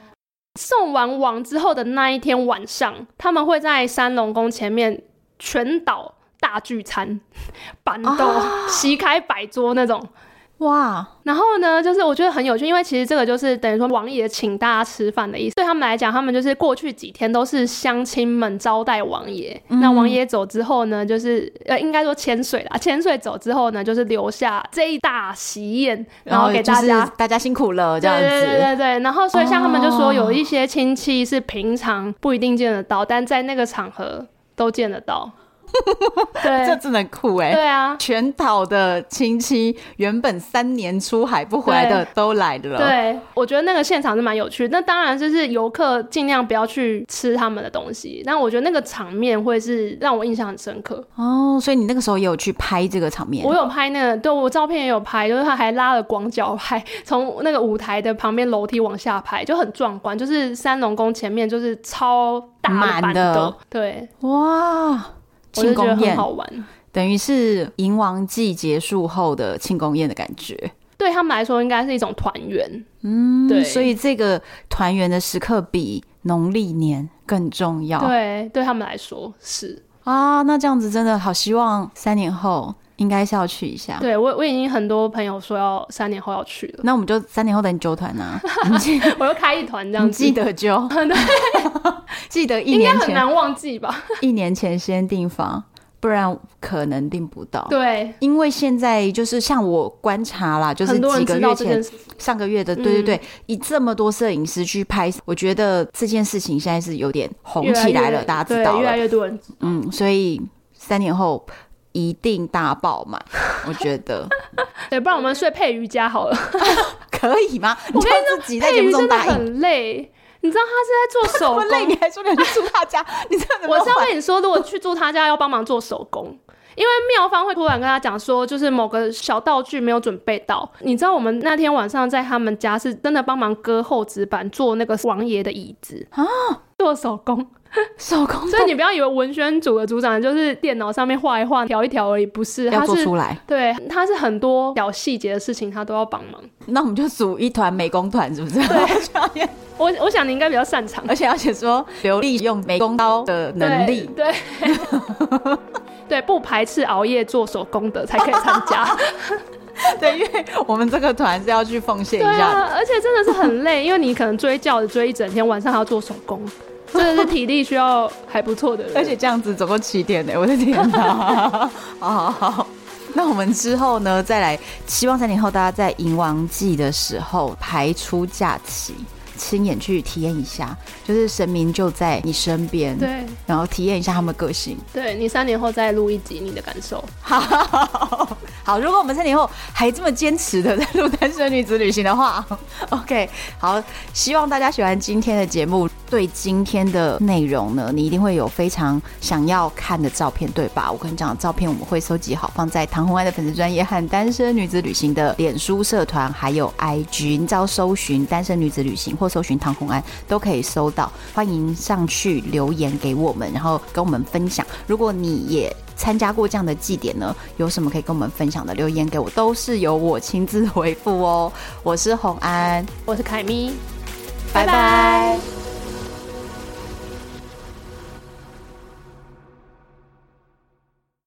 Speaker 3: 送完王之后的那一天晚上，他们会在三龙宫前面全岛大聚餐， 板豆
Speaker 2: 啊
Speaker 3: 席开百桌那种。
Speaker 2: 哇，
Speaker 3: 然后呢，就是我觉得很有趣，因为其实这个就是等于说王爷请大家吃饭的意思。对他们来讲，他们就是过去几天都是乡亲们招待王爷。
Speaker 2: 嗯
Speaker 3: 那王爷走之后呢，就是呃，应该说千岁啦，千岁走之后呢，就是留下这一大席宴，然后给大
Speaker 2: 哦就
Speaker 3: 家。
Speaker 2: 是大家辛苦了这样子。
Speaker 3: 对对对对，然后所以像他们就说，
Speaker 2: 哦
Speaker 3: 有一些亲戚是平常不一定见得到，但在那个场合都见得 到。
Speaker 2: 这
Speaker 3: 对
Speaker 2: 真的酷哎、
Speaker 3: 对啊，
Speaker 2: 全岛的亲戚原本三年出海不回来的都来了，，
Speaker 3: 对，我觉得那个现场是蛮有趣的。那当然就是游客尽量不要去吃他们的东西。但我觉得那个场面会是让我印象很深刻。
Speaker 2: 哦，所以你那个时候也有去拍这个场面
Speaker 3: 我，有拍那个，对我照片也有拍，就是他还拉了广角拍， 从那个舞台的旁边楼梯往下拍，就很壮观。就是三龙宫前面就是超大
Speaker 2: 满
Speaker 3: 板
Speaker 2: 的
Speaker 3: 凳，对，
Speaker 2: 哇，
Speaker 3: 我就
Speaker 2: 庆
Speaker 3: 觉得
Speaker 2: 功
Speaker 3: 很
Speaker 2: 宴
Speaker 3: 好玩。
Speaker 2: 等于是迎王祭结束后的庆功宴的感觉，
Speaker 3: 对他们来说，应该是一种团圆。
Speaker 2: 嗯
Speaker 3: 对
Speaker 2: 所以这个团圆的时刻比农历年更重要，
Speaker 3: 对，对他们来说是。
Speaker 2: 啊，那这样子真的好，希望三年后应该是要去一下。
Speaker 3: 对我，我已经很多朋友说要三年后要去了，
Speaker 2: 那我们就三年后等你揪团 啊，你记
Speaker 3: 我又开一团这样
Speaker 2: 你
Speaker 3: 子。
Speaker 2: 记得 揪， 记得一
Speaker 3: 应该
Speaker 2: 年
Speaker 3: 很
Speaker 2: 前
Speaker 3: 难忘记吧？
Speaker 2: 一年前先订房，不然可能订不到。，
Speaker 3: 对，
Speaker 2: 因为现在就是像我观察啦，就是
Speaker 3: 很多
Speaker 2: 几
Speaker 3: 人
Speaker 2: 个
Speaker 3: 知道
Speaker 2: 月
Speaker 3: 这
Speaker 2: 前、
Speaker 3: 件事。
Speaker 2: 上个月
Speaker 3: 嗯
Speaker 2: 的，对对对，以这么多摄影师去拍，我觉得这件事情现在是有点红
Speaker 3: 越
Speaker 2: 哦起来了，
Speaker 3: 越
Speaker 2: 大家知道
Speaker 3: 对，越来
Speaker 2: 了。
Speaker 3: 越多人。
Speaker 2: 嗯，所以三年后一定大爆满，我觉得。
Speaker 3: 对，不然我们睡配瑜伽好了。
Speaker 2: 可以吗？ 你
Speaker 3: 我
Speaker 2: 就
Speaker 3: 跟
Speaker 2: 自己在
Speaker 3: 配
Speaker 2: 节目
Speaker 3: 瑜
Speaker 2: 中
Speaker 3: 真的
Speaker 2: 答应，
Speaker 3: 很累，你知道他是在做手
Speaker 2: 不累
Speaker 3: 工
Speaker 2: 你。还说你要去住他家， 你真的没
Speaker 3: 我
Speaker 2: 有
Speaker 3: 是要
Speaker 2: 换
Speaker 3: 跟你说，如果去住他家要帮忙做手工。因为妙方会突然跟他讲说，就是某个小道具没有准备到。你知道我们那天晚上在他们家是真的帮忙割厚纸板做那个王爷的椅子啊？做手工，
Speaker 2: 手工
Speaker 3: 所以你不要以为文宣组的组长就是电脑上面画一画、调一调而已，不是，
Speaker 2: 要
Speaker 3: 他
Speaker 2: 做
Speaker 3: 是
Speaker 2: 出来，
Speaker 3: 对，他是很多小细节的事情他都要帮忙。
Speaker 2: 那我们就组一团美工团，是不是？对，
Speaker 3: 我我想你应该比较擅长，
Speaker 2: 而且要写说流利用美工刀的能力，
Speaker 3: 对，对对， 不排斥熬夜做手工的才可以参 加。
Speaker 2: 对，因为我们这个团是要去奉献一
Speaker 3: 对
Speaker 2: 下的。
Speaker 3: 啊，而且真的是很累，因为你可能追觉子追一整天，晚上还要做手工，真的是体力需要还不错的人。
Speaker 2: 而且这样子总共七天呢，我的天哪！ 好好好。那我们之后呢，再来希望三年后大家在迎王季的时候排出假期，亲眼去体验一下，就是神明就在你身边，，
Speaker 3: 对
Speaker 2: 然后体验一下他们的个性。
Speaker 3: 对，你三年后再录一集你的感受，
Speaker 2: 好好，如果我们三年后还这么坚持的在录单身女子旅行的话 ，OK，好，希望大家喜欢今天的节目。对今天的内容呢，你一定会有非常想要看的照片，对吧？我跟你讲，照片我们会收集好，放在唐红爱的粉丝专业和单身女子旅行的脸书社团，还有 IG，你只要搜寻单身女子旅行或搜寻唐红安都可以搜到。欢迎上去留言给我们，然后跟我们分享。如果你也参加过这样的祭典呢，有什么可以跟我们分享的，留言给我，都是由我亲自回复哦。我是红安，
Speaker 3: 我是凯咪。
Speaker 2: 拜拜
Speaker 3: 拜拜